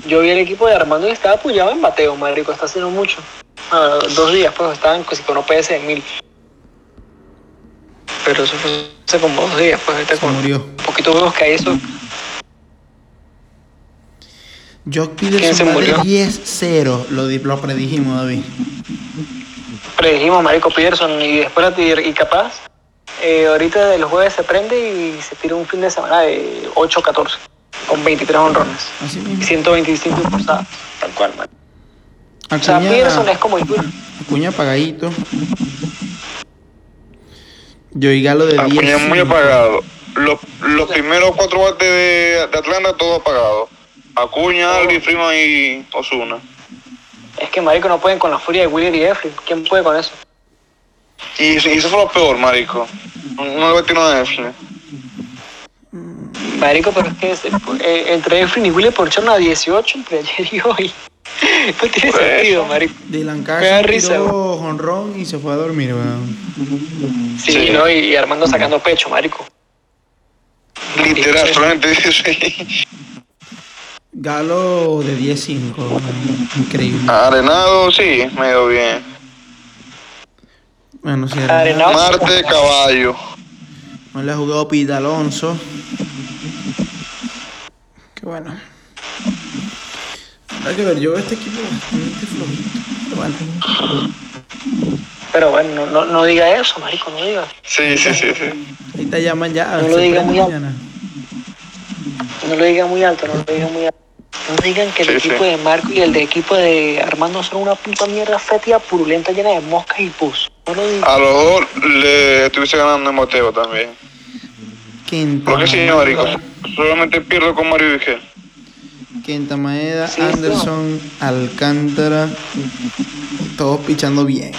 Speaker 2: Yo vi el equipo de Armando y estaba apoyado en bateo, marico, está haciendo mucho. Ah, dos días, pues, estaban casi con OPS de mil. Pero eso fue hace como dos días, pues, ahorita
Speaker 1: Se
Speaker 2: con
Speaker 1: murió.
Speaker 2: un poquito vemos que hay eso.
Speaker 1: Jock
Speaker 2: ¿Quién se
Speaker 1: Peterson va de
Speaker 2: murió?
Speaker 1: 10-0. Lo, di- lo predijimos, David.
Speaker 2: Predijimos marico Peterson y después la tir- y capaz. eh, ahorita el jueves se prende y se tira un fin de semana de 8-14 con 23 honrones
Speaker 1: Así
Speaker 2: y
Speaker 1: mismo.
Speaker 2: 125 impulsadas, tal cual, man. O sea,
Speaker 1: Acuña,
Speaker 2: Peterson es como Higuera.
Speaker 1: Acuña apagadito. Yo y Galo de 10.
Speaker 3: Acuña Ah, pues, muy apagado. Los, los primeros cuatro bates de, de Atlanta, todo apagado. Acuña, Alvin, Freeman y Osuna.
Speaker 2: Es que marico no pueden con la furia de Wheeler y Eflin. ¿Quién puede con eso?
Speaker 3: Y, eso- y eso fue lo peor, marico. No no le metí nada de Eflin.
Speaker 2: Marico, pero es que es- eh, entre Eflin y Wheeler poncharon a 18 entre ayer y hoy. No tiene
Speaker 3: Por eso.
Speaker 2: sentido, marico.
Speaker 1: Dylan
Speaker 2: Me da
Speaker 1: Carson
Speaker 2: risa,
Speaker 1: tiró jonrón y se fue a dormir, weón.
Speaker 2: Sí,
Speaker 3: Sí.
Speaker 2: ¿no? Y, y Armando sacando pecho, marico.
Speaker 3: Literal,
Speaker 2: Sí.
Speaker 3: solamente 16.
Speaker 1: Galo de 10-5. weón. Increíble.
Speaker 3: Arenado, sí, medio bien.
Speaker 1: Bueno, sí,
Speaker 2: Arenado.
Speaker 3: Marte, caballo.
Speaker 1: No le ha jugado Pita Alonso. Qué bueno. Hay que ver, yo veo este equipo bastante flojito. Pero bueno.
Speaker 2: Pero bueno, no, no, no diga eso, marico, no diga.
Speaker 3: Sí, sí, sí, sí.
Speaker 1: Ahí te llaman ya.
Speaker 2: No lo
Speaker 1: siempre
Speaker 2: diga muy alto.
Speaker 1: mañana.
Speaker 2: No lo digan muy alto, no lo digan muy alto. No digan que el
Speaker 3: Sí,
Speaker 2: equipo
Speaker 3: sí.
Speaker 2: de Marco y el de equipo de Armando son una puta mierda fétida, purulenta, llena de moscas y pus. No lo digan.
Speaker 3: A los dos le estuviese ganando en boteo también.
Speaker 1: Quinta.
Speaker 3: Lo que sí,
Speaker 1: Ah.
Speaker 3: marico. Solamente pierdo con Mario Vigel.
Speaker 1: Quinta Maeda,
Speaker 2: Sí,
Speaker 1: Anderson, Alcántara. Todos pichando bien.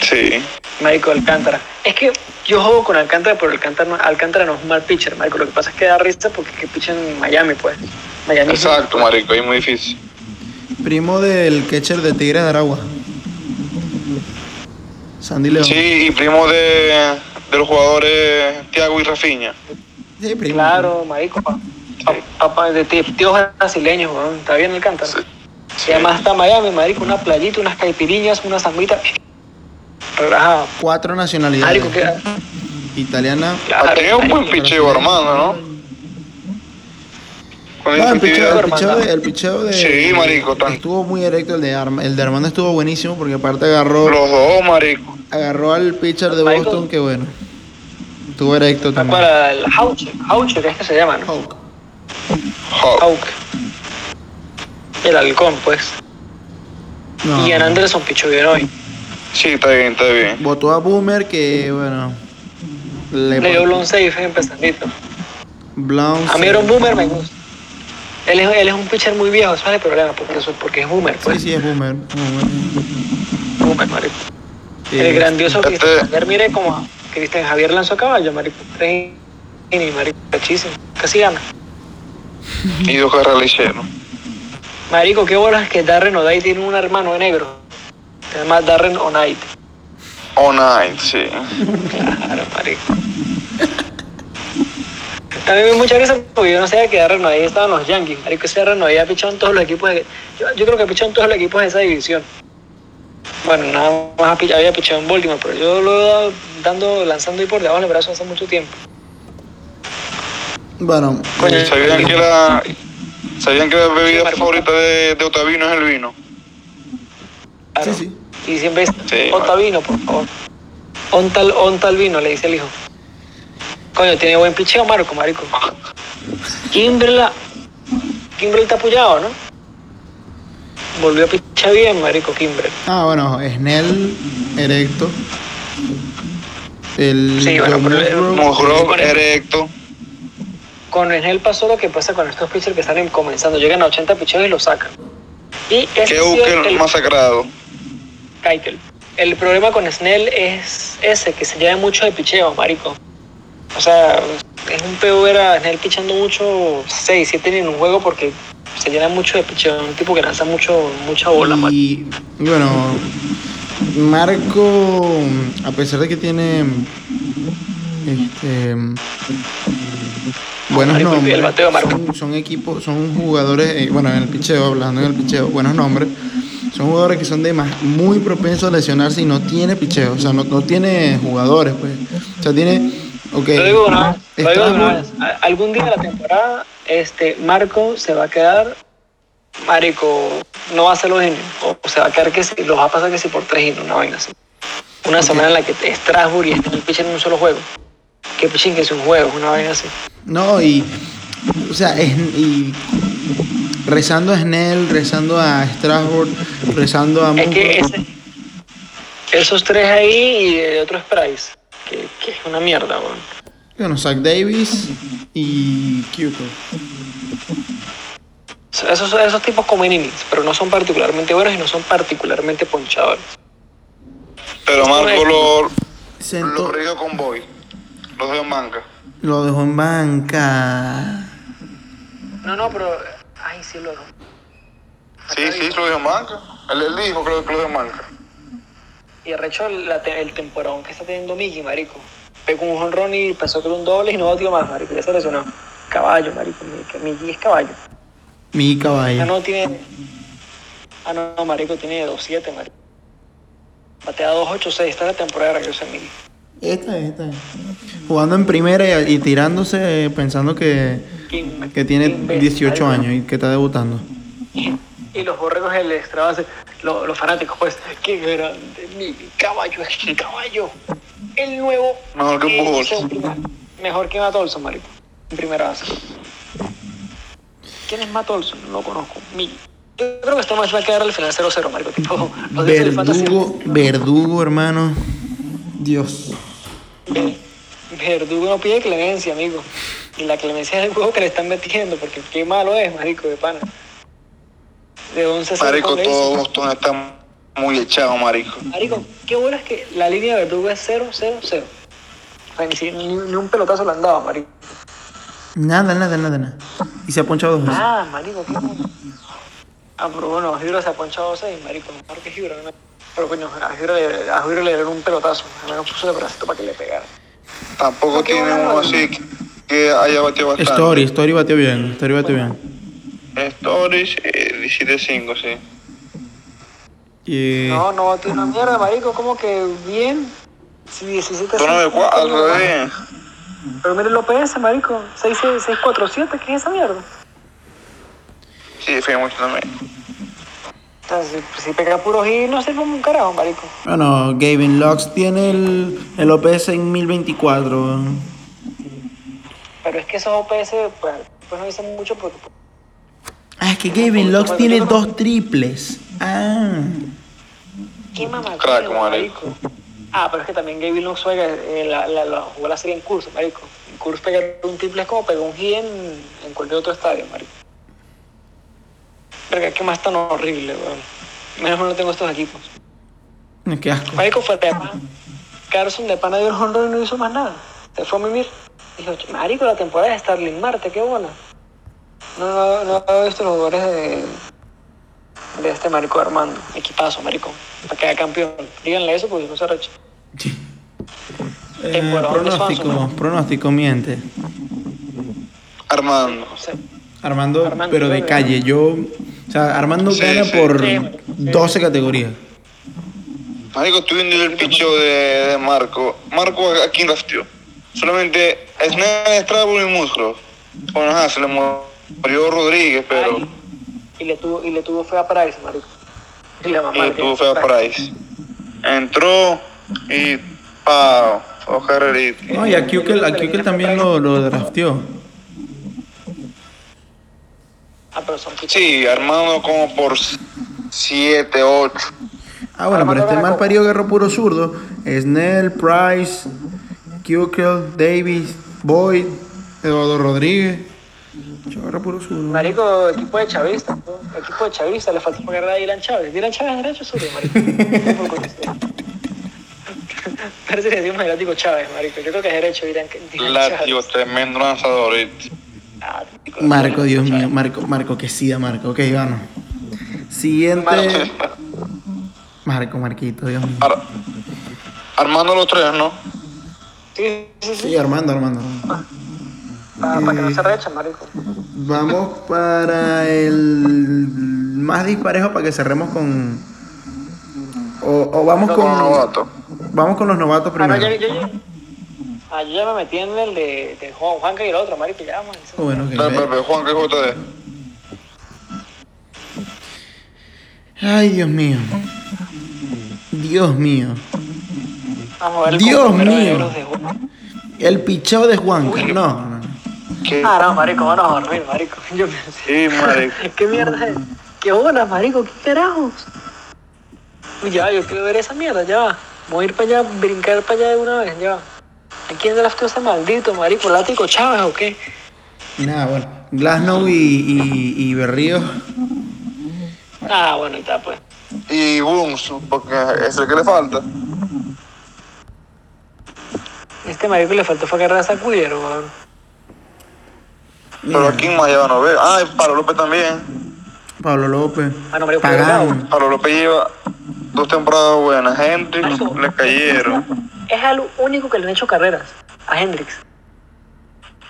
Speaker 3: Sí.
Speaker 2: Marico Alcántara. Es que yo juego con Alcántara, pero Alcántara no, Alcántara no es un mal pitcher, Marico. Lo que pasa es que da risa porque es que pitcher en Miami, pues. Miami es un-
Speaker 3: Exacto, marico. Es muy difícil.
Speaker 1: Primo del catcher de Tigres de Aragua. Sandy León.
Speaker 3: Sí, y primo de, de los jugadores Thiago y Rafinha.
Speaker 1: Sí, primo.
Speaker 2: Claro, Marico. pa- pa- Papá de ti- tíos brasileños, weón. Está bien Alcántara.
Speaker 3: Sí.
Speaker 2: Y además está Miami, Marico. Una playita, unas caipiriñas, una sandita. Relajado.
Speaker 1: Cuatro nacionalidades.
Speaker 2: Marico, que.
Speaker 1: Italiana.
Speaker 3: Ha
Speaker 2: Claro,
Speaker 3: tenido Ah, un buen
Speaker 2: marico.
Speaker 3: picheo, hermano, ¿no? Con
Speaker 1: No, el picheo,
Speaker 3: efectividad.
Speaker 1: el picheo de, el picheo de-
Speaker 3: Sí, marico, tan-
Speaker 1: Estuvo muy erecto el de Arma- El de Armando estuvo buenísimo porque aparte agarró,
Speaker 3: Los dos, marico.
Speaker 1: agarró al pitcher de
Speaker 2: Marico.
Speaker 1: Boston, que bueno. Estuvo erecto también.
Speaker 2: Para el Hauche, Hauche, que es que se llama, ¿no?
Speaker 1: Hawk.
Speaker 3: Ja,
Speaker 2: Hauke. El halcón, pues.
Speaker 1: No.
Speaker 2: Y Ian Anderson pichó bien hoy.
Speaker 3: Sí, está bien, está bien.
Speaker 1: Votó a Boomer, que bueno. Le,
Speaker 2: Le dio blown safe empezandito.
Speaker 1: Blount.
Speaker 2: A mí era un boomer, me gusta. Él es, él es un pitcher muy viejo, eso no es el problema, pues, porque, eso, porque es boomer,
Speaker 1: Sí,
Speaker 2: pues.
Speaker 1: sí, es Boomer. Boomer.
Speaker 2: Boomer, marico.
Speaker 1: Eh,
Speaker 2: El grandioso
Speaker 3: este-
Speaker 2: Cristian Javier, mire como a Cristian Javier lanzó caballo, marico. Tres innings, marico, muchísimo. Casi gana.
Speaker 3: Y dos carreras le hicieron.
Speaker 2: Marico, qué bolas que Darren O'Day tiene un hermano de negro. Se llama Darren O'Night.
Speaker 3: On nine, Oh, sí.
Speaker 2: Claro, marico. También me muchas veces porque yo no sabía que Darren O'Day estaba en los Yankees. Marico, ese Darren O'Day ha pichado en todos los equipos. de- yo, yo creo que ha pichado en todos los equipos de esa división. Bueno, nada más ha pichado- había pichado en Baltimore, pero yo lo he dado- dando, lanzando y por debajo del brazo hace mucho tiempo.
Speaker 1: Bueno,
Speaker 2: Coño,
Speaker 1: eh,
Speaker 3: ¿Sabían que la, ¿sabían que la bebida
Speaker 2: marico.
Speaker 3: favorita de, de Otavino es el vino?
Speaker 2: Claro.
Speaker 1: sí,
Speaker 2: Y siempre es
Speaker 3: Sí,
Speaker 2: Ontavino, por favor. Ontal, Ontalvino, le dice el hijo. Coño, tiene buen picheo, Marco, marico. Kimbrela. Kimbrel está apoyado, ¿no? Volvió a pichar bien, marico, Kimbrel.
Speaker 1: Ah, bueno, Snell, erecto. El.
Speaker 2: Sí, bueno,
Speaker 1: John
Speaker 2: pero el-
Speaker 1: Musgrove.
Speaker 3: Musgrove, erecto.
Speaker 2: Con Snell pasó lo que pasa con estos pitchers que están em- comenzando. Llegan a 80 picheos y lo sacan. Y ese
Speaker 3: Que
Speaker 2: ha sido
Speaker 3: busque
Speaker 2: el-
Speaker 3: el masacrado.
Speaker 2: Keitel. El problema con Snell es ese, que se lleva mucho de picheo, marico. O sea, es un peo ver a Snell pichando mucho 6, 7 en un juego porque se llena mucho de picheo, un tipo que lanza mucho, mucha bola, marico.
Speaker 1: Y bueno, Marco, a pesar de que tiene este buenos
Speaker 2: Marico, olvidé
Speaker 1: nombres,
Speaker 2: pues, el bateo de Marco.
Speaker 1: son, son equipos, son jugadores, eh, bueno, en el picheo, hablando en el picheo, buenos nombres. Son jugadores que son de más, muy propensos a lesionarse y no tiene picheo, o sea, no, no tiene jugadores, pues. O sea, tiene. ok,
Speaker 2: Lo digo de una vez, lo digo de
Speaker 1: Estrasburg-
Speaker 2: una vez. A- Algún día de la temporada, este, Marco se va a quedar, Marico, no va a ser los indios. O, o se va a quedar que sí, los va a pasar que sí por tres indios, una vaina así. Una semana en la que Strasbourg y Stanley pitchen en un solo juego. Que pitchen que es un juego, una vaina así.
Speaker 1: No, y. O sea, es, y rezando a Snell, rezando a Strasbourg, rezando a.
Speaker 2: Es que
Speaker 1: Moore.
Speaker 2: ese- esos tres ahí y el otro es Price, que, que es una mierda, weón.
Speaker 1: Bueno, Zach Davis y Cuco.
Speaker 2: Esos, esos tipos comen innings, pero no son particularmente buenos y no son particularmente ponchadores.
Speaker 3: Pero Marco lo, lo
Speaker 1: Sento
Speaker 3: corrigió con Boy. Los veo en manga.
Speaker 1: lo dejó en banca.
Speaker 2: No, no, pero. Ay, sí, loco.
Speaker 3: Sí, sí, lo dio en manga. Él, él dijo que lo, que lo dio en manga.
Speaker 2: Y arrecho la te- el temporadón que está teniendo Mickey, marico. Pegó un jonrón y pensó que era un doble y no batió más, marico. Ya se lesionó. Caballo, marico. Mickey- Mickey es caballo.
Speaker 1: Mi
Speaker 2: Ah,
Speaker 1: caballo.
Speaker 2: no, tiene. Ah, no, no, marico, tiene 2-7, marico. Batea 2-8-6. Esta es la temporada de regreso de Mickey.
Speaker 1: Esta, esta. Jugando en primera y, y tirándose pensando que,
Speaker 2: Im-
Speaker 1: que tiene
Speaker 2: imbécil,
Speaker 1: 18
Speaker 2: marico.
Speaker 1: años y que está debutando.
Speaker 2: Y los borregos del extra base, lo- los fanáticos, pues, qué grande, mi caballo, es un caballo. El nuevo.
Speaker 3: Mejor que
Speaker 2: eh,
Speaker 3: Pujols.
Speaker 2: segundo- Mejor que Matt Olson, marico. En primera base. ¿Quién es Matt Olson? No lo conozco. Mi. Yo creo que este más va a quedar al final 0-0, marico. Tipo, no sé si el fantasy-
Speaker 1: Verdugo, verdugo, hermano. Dios.
Speaker 2: Verdugo no pide clemencia, amigo. Y la clemencia es el juego que le están metiendo, porque qué malo es, marico, de pana. De 11
Speaker 3: Marico, todo Boston está muy echado, marico.
Speaker 2: Marico, qué bueno es que la línea de Verdugo es 0, 0, 0. O sea, ni, si- ni- ni un pelotazo le han dado, marico.
Speaker 1: Nada, nada, nada, nada. Y se ha ponchado dos veces.
Speaker 2: Ah, marico, qué bueno. Ah, pero bueno, a Hidro se ha ponchado 6, marico. Mejor que Hidro. ¿no? Pero coño, a Hidro le, a Hidro le dieron un pelotazo. Al menos puso el bracito para que le pegara.
Speaker 3: Tampoco
Speaker 2: No, qué
Speaker 3: tiene
Speaker 2: bueno,
Speaker 3: uno
Speaker 2: marico.
Speaker 3: así que, que haya batido bastante.
Speaker 1: Story, Story batió bien, Story batió bien.
Speaker 3: Stories, eh, 17-5, sí.
Speaker 1: Y
Speaker 2: No, no, tú una mierda, marico. ¿Cómo que bien? Si 17
Speaker 3: Tono de
Speaker 2: cinco, coño,
Speaker 3: cuadro,
Speaker 2: vale.
Speaker 3: bien.
Speaker 2: Pero miren lo PS, marico. 6, 6, 6, 4, 7. ¿Qué es esa mierda?
Speaker 3: Sí, fue mucho también.
Speaker 2: O sea, si, si pega puro hit, no sé como un carajo, marico.
Speaker 1: bueno, Gavin Lux tiene el, el OPS en 1024. weón.
Speaker 2: Pero es que esos OPS, pues, pues no dicen mucho porque pues,
Speaker 1: Ah, es que Gavin Lux tiene dos triples. Ah,
Speaker 2: qué mamá.
Speaker 3: Crack, marico.
Speaker 2: Ah, pero es que también Gaby Knox juega, eh, la, la, la- jugó la serie en curso, marico. En curso pegar un triple es como pegar un hit en, en cualquier otro estadio, marico. Verga, qué más tan horrible, weón. Menos mal no tengo estos equipos.
Speaker 1: qué asco.
Speaker 2: Marico fue de pana. Carson de pana dio el honrón y no hizo más nada. Se fue a mimir. Dijo, marico, la temporada de Starling Marte, qué buena. No, no, no había visto los jugadores de, de este marico Armando. Equipazo, marico. Para quedar campeón. Díganle eso porque no se recha.
Speaker 1: Eh, pronóstico, pronóstico, miente.
Speaker 3: Armando.
Speaker 2: No sé.
Speaker 1: Armando,
Speaker 2: Armando,
Speaker 1: pero de
Speaker 2: ¿no?
Speaker 1: calle, yo. O sea, Armando
Speaker 3: Sí,
Speaker 1: gana
Speaker 3: sí.
Speaker 1: por
Speaker 2: Sí, marico, sí.
Speaker 1: 12 categorías.
Speaker 3: Marico, estoy viendo el picho de, de Marco. Marco, ¿a quién rafteó? Solamente Snell, Strabo y Musgrove. Bueno, ajá, se le murió Rodríguez, pero
Speaker 2: Ay, y le tuvo, y le tuvo fe a Price, marico. Y la mamá
Speaker 3: y
Speaker 2: le
Speaker 3: tuvo
Speaker 2: fe
Speaker 3: fea
Speaker 2: a Price.
Speaker 3: Price. Entró y pao, o carrerito.
Speaker 1: No, y a Kukel, a Kukel también lo, lo drafteó.
Speaker 2: Ah, pero son fichas.
Speaker 3: Sí, Armando como por 7, 8.
Speaker 1: Ah, bueno, pero
Speaker 2: Armando
Speaker 1: este
Speaker 2: gana
Speaker 1: mal
Speaker 2: con-
Speaker 1: parido agarró puro zurdo. Snell, Price, Kukel, Davis, Boyd, Eduardo Rodríguez. Yo agarro puro zurdo.
Speaker 2: Marico, equipo de chavista, ¿no? equipo de chavista, le faltó agarrar a Dylan Chávez. Dylan Chávez es derecho suyo, marico. No por curiosidad. Parece que decimos el ático Chávez, marico. Yo creo que es derecho Dylan, Dylan Chávez.
Speaker 3: Látigo, tremendo lanzador. y-
Speaker 2: Ah,
Speaker 3: Claro.
Speaker 1: Marco, Dios mío, Marco, Marco, que sida, Marco. Ok, vamos. Siguiente. Marco, Marquito, Dios mío.
Speaker 3: Ar- Armando los tres, ¿no?
Speaker 2: Sí, sí, sí.
Speaker 1: Sí, Armando, Armando.
Speaker 2: Para, para que no se rechen, marico.
Speaker 1: Vamos para el más disparejo para que cerremos con. O, o vamos
Speaker 3: Con
Speaker 1: con.
Speaker 3: los novatos.
Speaker 1: Vamos con los novatos
Speaker 2: Ah, no,
Speaker 1: primero.
Speaker 2: yo, yo, yo- ah, yo ya me metí en el de, de Juan, Juan que y el otro, marico, ya vamos.
Speaker 1: Oh, bueno, ok.
Speaker 3: Dale, Pepe, Juan, que JD.
Speaker 1: Ay, Dios mío. Dios mío.
Speaker 2: Vamos a ver el
Speaker 1: Dios
Speaker 2: número de
Speaker 1: mío.
Speaker 2: euros de Juan.
Speaker 1: El pichado de Juanca. No, no, no.
Speaker 3: ¿Qué?
Speaker 2: Ah, no, marico, vamos a dormir, marico. Yo me
Speaker 3: Sí, marico.
Speaker 2: ¿Qué mierda es? ¿Qué bolas, marico? ¿Qué carajos? Uy, ya, yo quiero ver esa mierda, ya va. Voy a ir para allá, brincar para allá de una vez, ya va. ¿A quién de las cosas maldito, marico? ¿Lático Chávez o qué?
Speaker 1: Y nada, bueno. Glasnow y, y, y Berríos.
Speaker 2: Ah, bueno, y está pues.
Speaker 3: Y Bunsu, porque es el que le falta.
Speaker 2: Este marico le faltó fue agarrar a Sacudero, weón.
Speaker 3: Pero
Speaker 1: Mm.
Speaker 3: aquí más lleva no veo. Ah, y Pablo López también.
Speaker 1: Pablo López.
Speaker 2: Ah, no, Mario
Speaker 1: Pagán.
Speaker 3: Pablo López lleva dos temporadas buenas. Henry
Speaker 2: Marico.
Speaker 3: le cayeron.
Speaker 2: Es al único que le han hecho carreras, a Hendrix.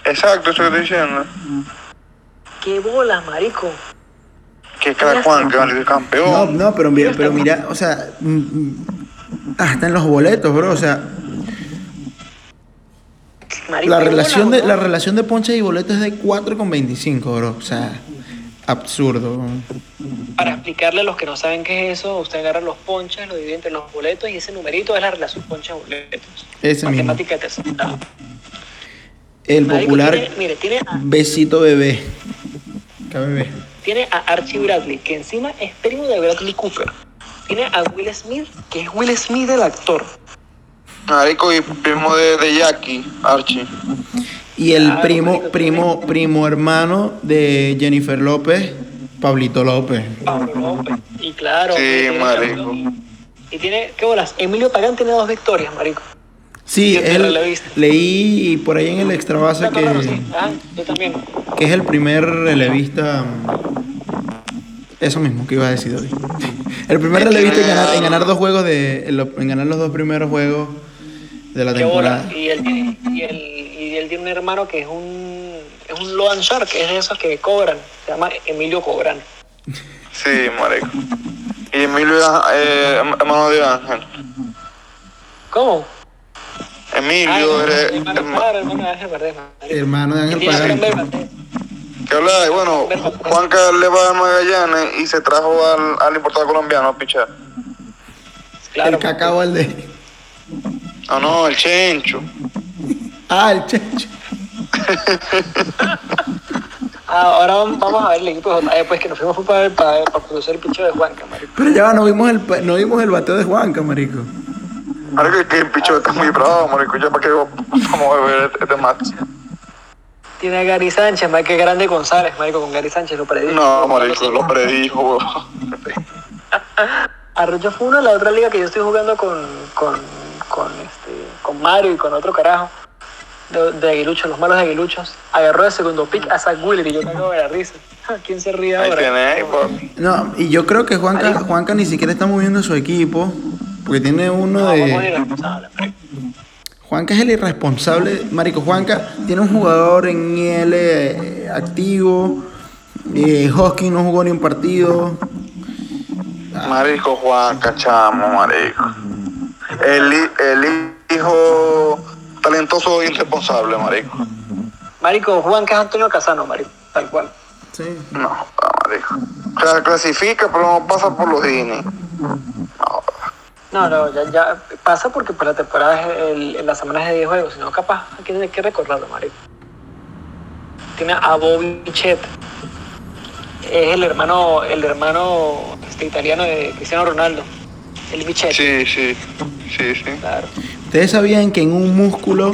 Speaker 3: Exacto, eso que estoy diciendo.
Speaker 2: ¡Qué bolas, marico!
Speaker 3: Que crack Juan, que es
Speaker 1: No,
Speaker 3: campeón.
Speaker 1: no, pero mira, pero mira, o sea, mm, mm, hasta en los boletos, bro. O sea,
Speaker 2: marico
Speaker 1: la
Speaker 2: qué
Speaker 1: relación
Speaker 2: bolas,
Speaker 1: de, la
Speaker 2: weón.
Speaker 1: relación de ponche y boletos es de 4 con 25, bro. O sea, absurdo.
Speaker 2: Para explicarle a los que no saben qué es eso, usted agarra los ponches, lo divide entre los boletos y ese numerito es la relación ponches-boletos.
Speaker 1: Ese mismo.
Speaker 2: Matemática te aceptaba.
Speaker 1: El
Speaker 2: Marico,
Speaker 1: popular
Speaker 2: tiene- mire, tiene a,
Speaker 1: besito bebé. KBB.
Speaker 2: tiene a Archie Bradley, que encima es primo de Bradley Cooper. Tiene a Will Smith, que es Will Smith el actor.
Speaker 3: Marico y primo de, de Jackie, Archie.
Speaker 1: Y el
Speaker 2: Claro,
Speaker 1: primo,
Speaker 2: marico,
Speaker 1: primo, primo hermano de Jennifer López, Pablito López.
Speaker 2: Pablo López. Y claro.
Speaker 3: Sí,
Speaker 2: tiene-
Speaker 3: marico.
Speaker 2: Y tiene, ¿qué bolas? Emilio Pagán tiene dos victorias, marico.
Speaker 1: Sí,
Speaker 2: Yo te
Speaker 1: él-
Speaker 2: la viste.
Speaker 1: leí por ahí en el extra base
Speaker 2: Está claro,
Speaker 1: que,
Speaker 2: sí. Ah, yo también.
Speaker 1: que es el primer relevista. Eso mismo que iba a decir hoy. El primer relevista en ganar, en ganar dos juegos de. en lo- en ganar los dos primeros juegos de la
Speaker 2: Qué bola.
Speaker 1: temporada.
Speaker 2: Y él, tiene- y, él, y él tiene un hermano que es un, es un Loan Shark, es de esos que cobran. Se llama Emilio Cobran.
Speaker 3: Sí, marico. Y Emilio, eh, hermano de Ángel.
Speaker 2: ¿Cómo? Ay,
Speaker 3: Emilio,
Speaker 2: no,
Speaker 3: eres-
Speaker 2: hermano,
Speaker 3: herma-
Speaker 2: claro, hermano de Ángel Valdés, marico.
Speaker 1: Hermano de
Speaker 2: Y
Speaker 1: Ángel
Speaker 2: tiene ¿eh? a Fran
Speaker 1: Pagán.
Speaker 2: Valdés.
Speaker 3: ¿qué habla? Y Bueno, Juanca le va a Magallanes y se trajo al, al importado colombiano a pichar.
Speaker 1: El
Speaker 2: Claro.
Speaker 1: cacao al de.
Speaker 3: No, no, el Chencho.
Speaker 1: Ah, el checho.
Speaker 2: Ah, ahora vam- vamos a ver el equipo de JD, pues que nos fuimos fue para, para, para producir el picho de Juanca, marico.
Speaker 1: Pero ya va, no vimos el, pa- no vimos el bateo de Juanca, marico.
Speaker 3: Marico, es que el pichón está muy bravo, marico. Ya para qué vamos a ver este, este match.
Speaker 2: Tiene a Gary Sánchez, marico, que grande González, marico, con Gary Sánchez lo predijo.
Speaker 3: No, marico, lo predijo.
Speaker 2: Arroyo fue una de la otra liga que yo estoy jugando con, con, con, este, con Mario y con otro carajo de, de Aguiluchos, los malos de Aguiluchos. Agarró el segundo pick a Zach Wheeler y yo cago de la risa. Ja, ¿Quién se ríe
Speaker 3: Ahí
Speaker 2: ahora?
Speaker 3: tenés, papi.
Speaker 1: No, y yo creo que Juanca, Juanca ni siquiera está moviendo su equipo. Porque tiene uno
Speaker 2: No, Ah, vamos a
Speaker 1: de.
Speaker 2: ir a la-
Speaker 1: Juanca es el irresponsable. Marico, Juanca tiene un jugador en IL eh, activo. Eh, Hoskins no jugó ni un partido.
Speaker 3: Marico Juanca, chamo, marico. El, hi- el hijo talentoso e irresponsable, marico.
Speaker 2: Marico, Juan que es Antonio Casano, marico, tal cual.
Speaker 1: Sí.
Speaker 3: No, joda, marico. Cla- clasifica, pero no pasa por los innings. No,
Speaker 2: No, no, ya, ya pasa porque por la temporada es el, en la semana es de 10 juegos, sino capaz hay que, hay que recordarlo, marico. Tiene a Bobby Chet, es el hermano, el hermano este, italiano de Cristiano Ronaldo, el Bichet.
Speaker 3: sí, sí. Sí, sí.
Speaker 2: Claro.
Speaker 1: Ustedes sabían que en un músculo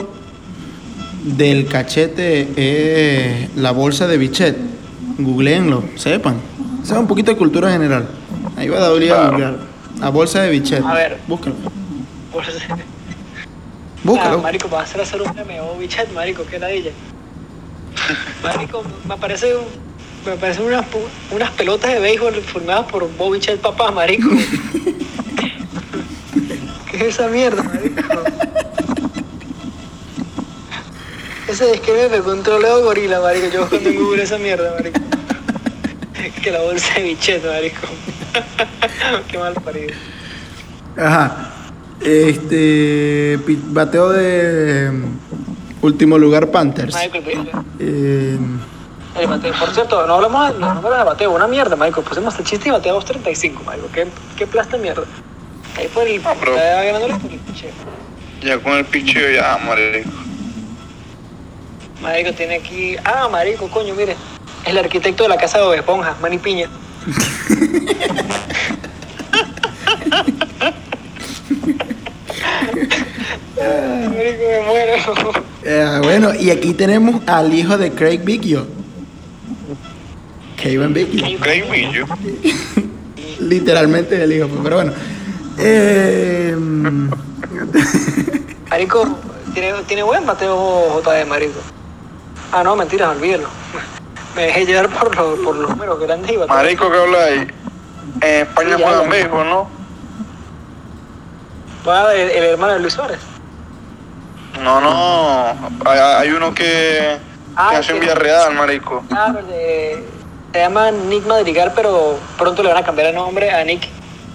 Speaker 1: del cachete es la bolsa de bichet. Googleenlo, sepan. Sepan un poquito de cultura general. Ahí va a dar obliga a
Speaker 3: Claro.
Speaker 1: googlear. La bolsa de bichet.
Speaker 2: A ver.
Speaker 1: Búsquenlo.
Speaker 2: Por- Ah,
Speaker 1: Búscalo.
Speaker 2: oh, marico, vas a hacer hacer un meme, Bobby Chet, marico, qué ladilla. Marico, me parece un- Me parecen unas, pu- unas pelotas de béisbol formadas por Bobich el papá, marico. ¿Qué es esa mierda, marico? Ese es que me pegó un troleo de gorila, marico. Yo buscando en Google esa mierda, marico. Que la bolsa de bicheto, marico. Qué mal parido.
Speaker 1: Ajá. Este. pi- Bateo de. Último lugar, Panthers.
Speaker 2: Marico, el-
Speaker 1: Eh,
Speaker 2: El bateo. Por cierto, no hablamos de los números de bateo, una mierda, Michael. Pusimos el chiste y bateamos 35, Michael. ¿Qué, qué plasta mierda? Ahí por el.
Speaker 3: No, pero-
Speaker 2: Estaba ganándole por el pinche.
Speaker 3: Ya con el picheo, ya, marico.
Speaker 2: Marico tiene aquí. Ah, Marico, coño, mire. El arquitecto de la casa de Bob Esponja, Manny Piña. Ay, marico, me muero.
Speaker 1: eh, bueno, y aquí tenemos al hijo de Craig Biggio. Kevin Biggio.
Speaker 3: Craig Billo.
Speaker 1: Literalmente el hijo, pero bueno. Eh,
Speaker 2: Marico, tiene, tiene buen bateo JD, Marico. Ah, no, mentiras, olvídelo. Me dejé llevar por, lo- por los números grandes y bateo.
Speaker 3: Marico, ¿qué habláis? En España
Speaker 2: Sí, ya,
Speaker 3: juegan
Speaker 2: ya.
Speaker 3: béisbol, ¿no?
Speaker 2: Va el, el hermano de Luis Suárez.
Speaker 3: No, no. Hay, hay uno que,
Speaker 2: Ah,
Speaker 3: que nació en
Speaker 2: sí.
Speaker 3: Villarreal, marico.
Speaker 2: Ah, pero de- se llama Nick Madrigal, pero pronto le van a cambiar el nombre a Nick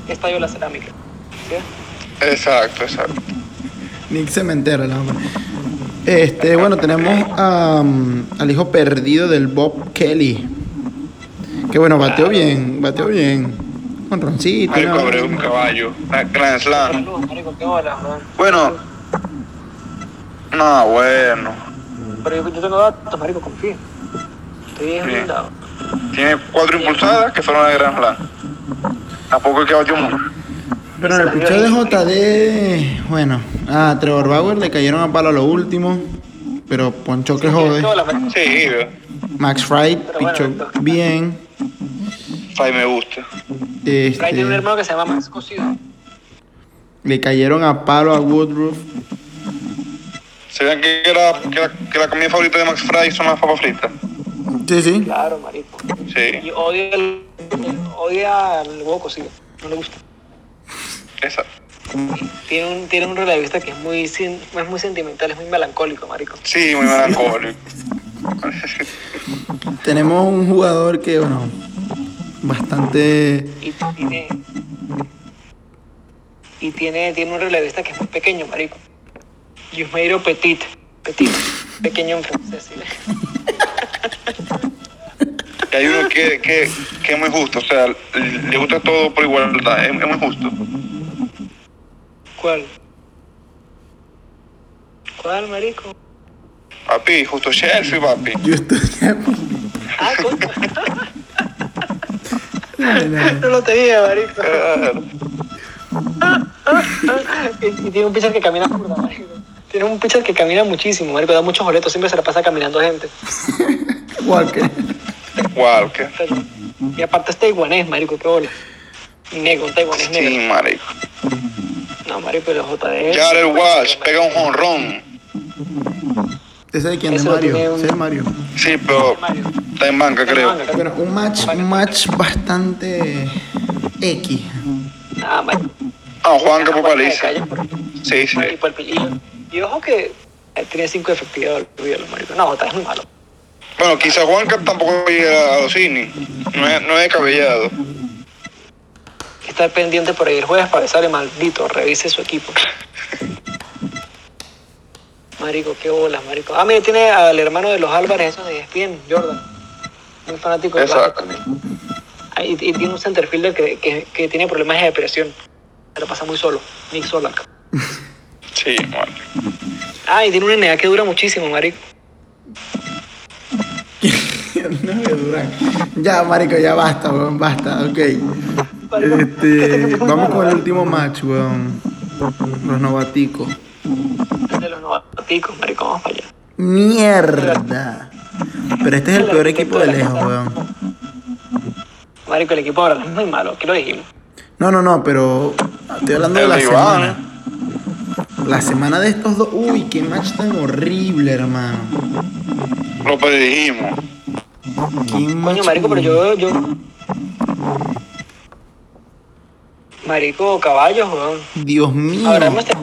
Speaker 2: Estadio La Cerámica. ¿Sí?
Speaker 3: Exacto, exacto.
Speaker 1: Nick Cementera, la hombre. Este, bueno, tenemos am, al hijo perdido del Bob Kelly. Que bueno, bateó bien, bateó bien. Con roncito.
Speaker 3: Marico,
Speaker 1: ¿no?
Speaker 3: abrió un caballo. Una Grand Slam.
Speaker 2: Saludos, marico, qué bola, man.
Speaker 3: Bueno. No, bueno.
Speaker 2: Pero yo, yo tengo datos, marico, confío. Estoy bien
Speaker 3: Bien.
Speaker 2: blindado.
Speaker 3: Tiene cuatro impulsadas que fueron de Grand Slam. Tampoco es que batió mucho.
Speaker 1: Pero en el picheo de JD, bueno, a Trevor Bauer le cayeron a palo a lo último. Pero Poncho que
Speaker 2: Qué
Speaker 1: jode.
Speaker 2: bola, marico.
Speaker 3: Sí,
Speaker 1: Max Fried
Speaker 2: Pero bueno,
Speaker 1: pichó
Speaker 2: entonces.
Speaker 1: bien.
Speaker 3: Ay, me gusta.
Speaker 2: Pero ahí
Speaker 1: Este,
Speaker 2: tiene un hermano que se llama Max Cocido.
Speaker 1: le cayeron a palo a Woodruff.
Speaker 3: Se vean que, era, que, la, que la comida favorita de Max Fry son las papas fritas.
Speaker 1: Sí, sí.
Speaker 2: Claro, marico.
Speaker 3: Sí,
Speaker 2: Y odia el, odia el huevo cocido. No le gusta.
Speaker 3: esa.
Speaker 2: Tiene un, tiene un relevista que es muy, sin- es muy sentimental, es muy melancólico, marico.
Speaker 3: Sí, muy melancólico.
Speaker 1: Tenemos un jugador que, bueno, bastante.
Speaker 2: Y tiene. Y tiene, tiene un relevista que es muy pequeño, marico. Yusmeiro Petit. Petit. Pequeño en francés. ¿sí?
Speaker 3: Y hay uno que, que, que es muy justo, o sea, le gusta todo por igualdad, es, es muy justo.
Speaker 2: ¿Cuál? ¿Cuál, marico?
Speaker 3: Papi, justo Chelsea, papi.
Speaker 1: Yo estudié.
Speaker 2: Ah, coño.
Speaker 1: No, no.
Speaker 2: no lo tenía, marico.
Speaker 3: Claro.
Speaker 2: Y, y tiene un pitcher que camina burda, marico. Tiene un pitcher que camina muchísimo, marico. Da muchos boletos, siempre se la pasa caminando gente.
Speaker 1: Walker.
Speaker 3: Walker.
Speaker 2: Pero- y aparte es taiwanés, marico, qué bola. Negro, un taiwanés
Speaker 3: Sí,
Speaker 2: negro.
Speaker 3: marico.
Speaker 2: No, marico, los JD.
Speaker 3: Jared Walsh pega un jonrón.
Speaker 1: ¿Ese de quién? De
Speaker 2: Ese lo tiene
Speaker 1: Mario.
Speaker 2: un-
Speaker 1: Ese de Mario.
Speaker 3: Sí, pero
Speaker 2: Mario.
Speaker 3: está en banca, creo.
Speaker 1: Bueno, un match, un match bastante. X.
Speaker 2: Ah, marico.
Speaker 3: Ah, Juan Capapaliza.
Speaker 2: Calle, por-
Speaker 3: Sí, sí.
Speaker 2: Y, por el pillo. y ojo que eh, tiene 5 de efectividad, olvídalo, marico. No, Jota es muy malo.
Speaker 3: Bueno, quizá Juanca tampoco llega a los cines. No es, no es descabellado.
Speaker 2: Hay que estar pendiente por ahí el jueves para que sale maldito, revise su equipo. Marico, qué bola, marico. Ah, mira, tiene al hermano de los Álvarez, esos de E ESPN, Jordan. Muy fanático de
Speaker 3: Exacto.
Speaker 2: Ah, y, y tiene un centerfielder que, que, que tiene problemas de depresión. Se lo pasa muy solo, Nick Solak.
Speaker 3: Sí, marico.
Speaker 2: Ah, y tiene una NEA que dura muchísimo, marico.
Speaker 1: No, de Durán. Ya, Marico, ya basta, weón, basta, ok. Este, vamos con el último match, weón. Los novaticos.
Speaker 2: De los novaticos, marico, vamos para allá.
Speaker 1: Mierda. Pero este es el peor equipo de lejos, weón.
Speaker 2: Marico, el equipo ahora es muy malo, que lo dijimos.
Speaker 1: No, no, no, pero estoy hablando de
Speaker 3: El
Speaker 1: la
Speaker 3: rival.
Speaker 1: semana.
Speaker 2: ¿eh?
Speaker 1: La semana de estos dos. Uy, qué match tan horrible, hermano.
Speaker 3: Lo predijimos.
Speaker 1: ¿Quién más?
Speaker 2: Coño, marico, pero yo, yo. Marico, caballos, weón.
Speaker 1: Dios mío.
Speaker 2: Ahora me, está-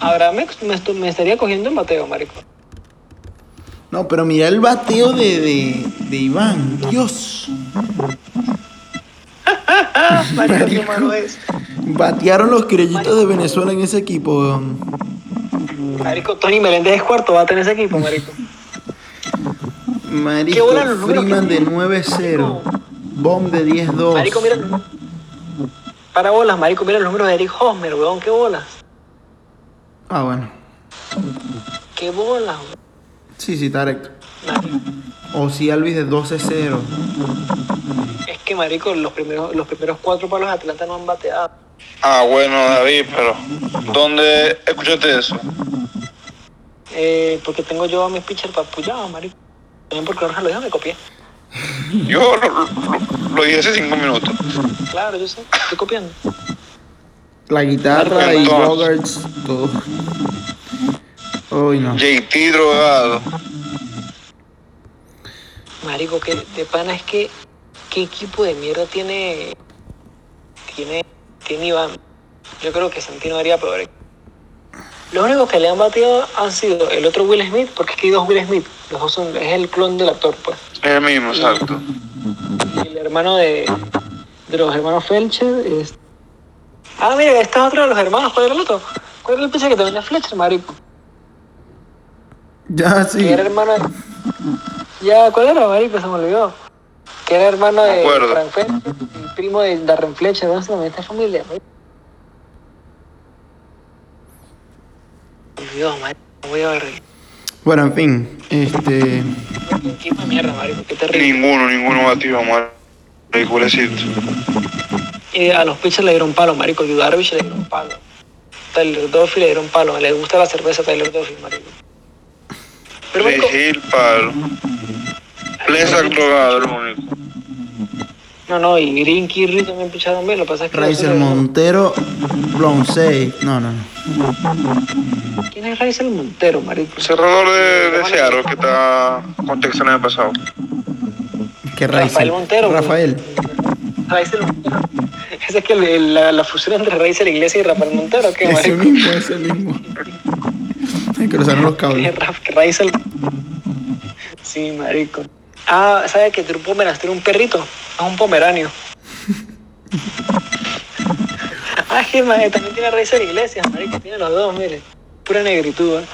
Speaker 2: ahora me, me estu- me estaría cogiendo el Mateo, marico.
Speaker 1: No, pero mira el bateo de, de, de Iván. Dios.
Speaker 2: Ah, Marico,
Speaker 1: Marico.
Speaker 2: qué malo es.
Speaker 1: Batearon los criollitos de Venezuela en ese equipo. weón.
Speaker 2: Marico, Tony Meléndez es cuarto, va a tener ese equipo, marico. Qué
Speaker 1: Marico,
Speaker 2: bola los números
Speaker 1: Freeman
Speaker 2: que
Speaker 1: de
Speaker 2: tiene.
Speaker 1: 9-0. Bomb de 10-2.
Speaker 2: Marico, mira. Para bolas, marico, mira los números de Eric Hosmer, weón, qué bolas.
Speaker 1: Ah, bueno.
Speaker 2: Qué bolas, weón.
Speaker 1: Sí, sí, Tarek.
Speaker 2: Marico,
Speaker 1: O si Alvis de 12-0.
Speaker 2: Es que, marico, los primeros, los primeros cuatro palos de Atlanta no han bateado.
Speaker 3: Ah, bueno, David, pero ¿dónde escuchaste eso?
Speaker 2: Eh, porque tengo yo a mis pitchers papullados, marico. También porque Jorge lo dijo, me copié.
Speaker 3: Yo lo, lo- lo dije hace cinco minutos.
Speaker 2: Claro, yo sé, estoy copiando.
Speaker 1: La guitarra y
Speaker 3: Entonces.
Speaker 1: Roberts, todo. Uy, no.
Speaker 3: JT drogado.
Speaker 2: Marico, que de pana es que qué equipo de mierda tiene tiene tiene Iván. Yo creo que Santino haría peor. Los únicos que le han batido han sido el otro Will Smith, porque es que hay dos Will Smith. Los dos son, es el clon del actor, pues.
Speaker 3: Es el mismo, exacto.
Speaker 2: Y el hermano de, de los hermanos Felcher es. Ah, mira, este es otro de los hermanos. ¿Cuál era el otro? ¿Cuál era el pinche que también es Fletcher, marico?
Speaker 1: Ya, sí.
Speaker 2: Que era hermano de... Ya, ¿cuál era, marico? Se me olvidó. Que era hermano
Speaker 3: Me
Speaker 2: de
Speaker 3: acuerdo.
Speaker 2: Frank Fletcher, y primo de Darren Fletcher, no sé, también esta familia, marico. Dios, marico, no voy a ver.
Speaker 1: Bueno, en fin. Este.
Speaker 2: Qué equipo de mierda, marico, qué terrible.
Speaker 3: Ninguno, ninguno batió, mal. Ridiculecito.
Speaker 2: Y a los pitchers le dieron palo, marico. Y a Darvish le dieron palo. Tyler Duffy le dieron palo. Le gusta la cerveza a Tyler Duffy, marico. Pero,
Speaker 3: Lee
Speaker 2: marico,
Speaker 3: Hill, palo. Plesak drogado, el único.
Speaker 2: no, no, y Green Kirby también picharon bien. Lo que pasa es que...
Speaker 1: Raizel Montero, Blonsey. No, no, no.
Speaker 2: ¿Quién es Raizel Montero, marico?
Speaker 3: Cerrador Pues, de, de Seattle que está con Texas el año pasado.
Speaker 1: Que
Speaker 2: Rafael
Speaker 1: Raizel.
Speaker 2: Montero, güey.
Speaker 1: Rafael.
Speaker 2: Raizel Montero. Esa es que el- la, la fusión entre Raizel Iglesias y Rafael Montero, ¿qué,
Speaker 1: Ese
Speaker 2: marico?
Speaker 1: mismo, ese mismo. Se cruzaron los
Speaker 2: Que
Speaker 1: cables.
Speaker 2: Ra- que Raizel... Sí, marico. Ah, ¿sabes que tiene un pomeranio? Tiene un perrito. Es un pomeranio. ah, es que ma- también tiene Raizel Iglesias, marico. Tiene los dos, mire. Pura negritud, ¿eh?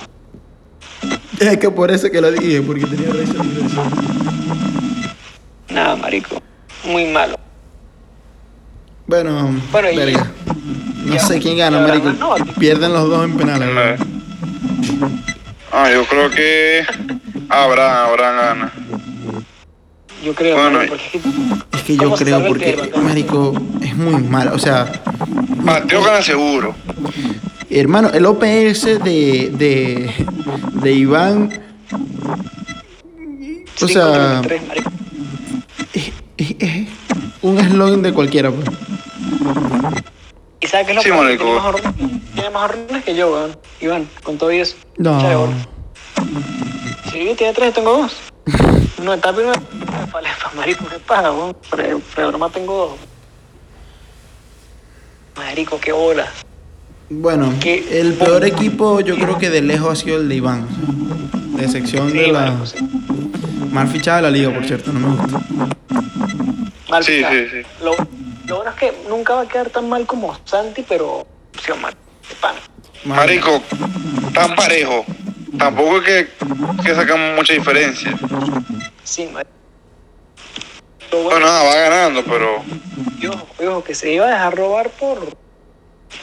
Speaker 1: Es que por eso que lo dije, porque tenía Raizel Iglesias.
Speaker 2: Nada, marico. Muy malo.
Speaker 1: Bueno,
Speaker 2: Bueno, y-
Speaker 1: verga. No
Speaker 2: y-
Speaker 1: sé quién gana,
Speaker 2: y ahora
Speaker 1: marico.
Speaker 2: ganó, tío.
Speaker 1: Pierden los dos en penales. güey.
Speaker 3: E. Ah, yo creo que habrá, habrá gana.
Speaker 2: Yo creo,
Speaker 3: Bueno,
Speaker 2: marico, porque es que-
Speaker 1: Es que yo
Speaker 2: ¿Cómo se
Speaker 1: creo
Speaker 2: sabe
Speaker 1: porque,
Speaker 2: que-
Speaker 1: marico, es muy malo. O sea,
Speaker 3: Mateo gana seguro.
Speaker 1: hermano, el OPS de, de, de Iván O
Speaker 2: cinco
Speaker 1: sea-
Speaker 2: contra tres, marico.
Speaker 1: es, es- es un eslogan de cualquiera. pues.
Speaker 2: ¿Y sabes qué es lo
Speaker 3: Sí,
Speaker 2: peor?
Speaker 3: marico.
Speaker 2: Tiene más hormonas- Tiene más hormonas que yo, weón. Iván, con todo y eso. Échale
Speaker 1: No.
Speaker 2: bola. Sí, tiene tres, yo tengo dos. Uno de tapa y uno de palefa, marico, ¿qué pasa, weón? Pre, pre broma tengo dos. Marico, qué bola.
Speaker 1: Bueno,
Speaker 2: ¿Qué?
Speaker 1: el peor equipo yo creo que de lejos ha sido el de Iván. De sección
Speaker 2: Sí,
Speaker 1: de la...
Speaker 2: marico, sí.
Speaker 1: Mal fichada de la liga, por cierto, no me gusta.
Speaker 2: Mal
Speaker 3: Sí,
Speaker 2: picado.
Speaker 3: sí, sí.
Speaker 2: Lo, lo bueno es que nunca va a quedar tan mal como Santi, pero sí, mal. De pana.
Speaker 1: Mal.
Speaker 3: Marico, tan parejo. Tampoco es que, que sacamos mucha diferencia.
Speaker 2: Sí, marico. Lo
Speaker 3: Bueno, nada, va ganando, pero
Speaker 2: Y ojo, y ojo, que se iba a dejar robar por,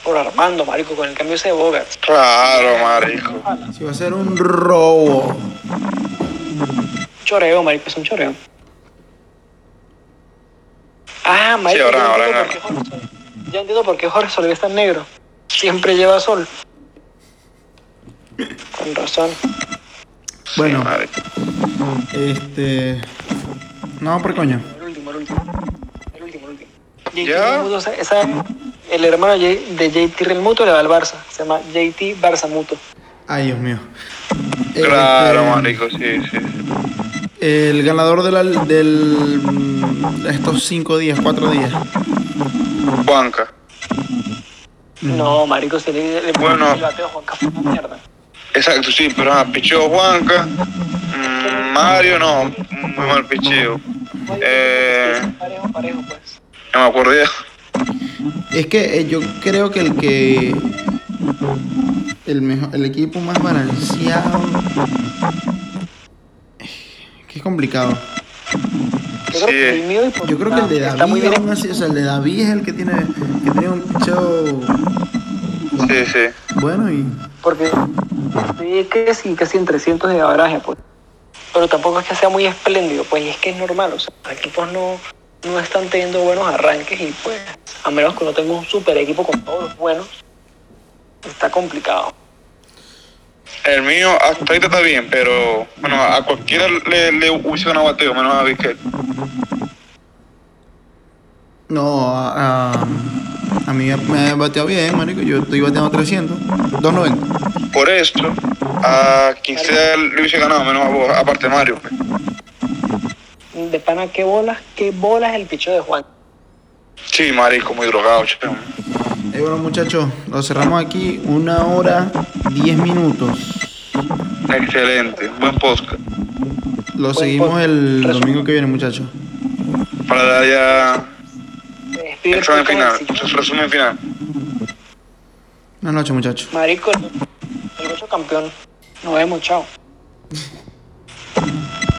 Speaker 2: por Armando, marico, con el cambio ese de Bogart.
Speaker 3: claro, marico.
Speaker 1: Si va a ser un robo.
Speaker 2: Choreo, marico, es un choreo. Ah, marico,
Speaker 3: ahora-
Speaker 2: ya,
Speaker 3: ahora
Speaker 2: entiendo por
Speaker 3: gana.
Speaker 2: qué Jorge Sol- ya entiendo por qué Jorge Sol está en negro. Siempre lleva sol. Con razón.
Speaker 1: Bueno,
Speaker 3: Sí, marico.
Speaker 1: este... No, por coño.
Speaker 2: El último, el último. El último, el último. JT
Speaker 3: ¿Ya?
Speaker 2: Realmuto, esa- esa- el hermano de J- de JT Realmuto le va al Barça. Se llama JT Barça Muto.
Speaker 1: Ay, Dios mío.
Speaker 3: Claro,
Speaker 1: Este,
Speaker 3: marico, sí, sí.
Speaker 1: El ganador de la- del, de estos cinco días, cuatro días.
Speaker 3: Juanca.
Speaker 1: Mm.
Speaker 2: No, marico, se le, le
Speaker 3: Bueno.
Speaker 2: el bateo a Juanca fue una mierda.
Speaker 3: Exacto, sí, pero ajá, picheo Juanca. Mm, Mario, no, muy mal picheo. Eh,
Speaker 2: Parejo, parejo, pues.
Speaker 3: no me acordé.
Speaker 1: Es que eh, yo creo que el que. El, mejor, el equipo más balanceado. Que es complicado.
Speaker 2: Yo creo que
Speaker 3: Sí.
Speaker 2: el mío y por
Speaker 1: Yo creo que el de
Speaker 2: está muy
Speaker 1: David
Speaker 2: bien.
Speaker 1: aún así, o sea, el de David es el que tiene, que tiene un picheo
Speaker 3: Sí, sí.
Speaker 1: bueno y.
Speaker 2: Porque sí, que sí, casi en 300 de abraje, pues. Pero tampoco es que sea muy espléndido, pues, y es que es normal, o sea, los equipos no, no están teniendo buenos arranques y, pues, a menos que no tenga un super equipo con todos los buenos, está complicado.
Speaker 3: El mío hasta ahorita está bien, pero bueno, a cualquiera le, le hubiese ganado bateo, menos a Vizquel.
Speaker 1: No, a, a, a mí me ha bateado bien, marico. Yo estoy bateando 300, 290.
Speaker 3: Por esto, a quien sea le hubiese ganado, menos a vos, aparte Mario. pues.
Speaker 2: De pana, ¿qué bolas? ¿Qué bolas el picho de Juan?
Speaker 3: Sí, marico, muy drogado, chamo.
Speaker 1: Eh, bueno, muchachos, lo cerramos aquí. Una hora, 10 minutos.
Speaker 3: Excelente, buen podcast.
Speaker 1: Lo
Speaker 2: Buen
Speaker 1: seguimos
Speaker 2: podcast.
Speaker 1: el
Speaker 2: Resumen.
Speaker 1: domingo que viene, muchachos.
Speaker 3: Para dar ya
Speaker 2: Se despide
Speaker 3: el
Speaker 2: el
Speaker 3: examen
Speaker 2: podcast
Speaker 3: final,
Speaker 2: del sillón.
Speaker 3: el resumen final.
Speaker 1: Buenas noches, muchachos.
Speaker 2: Marico, el el ocho campeón. Nos vemos, chao.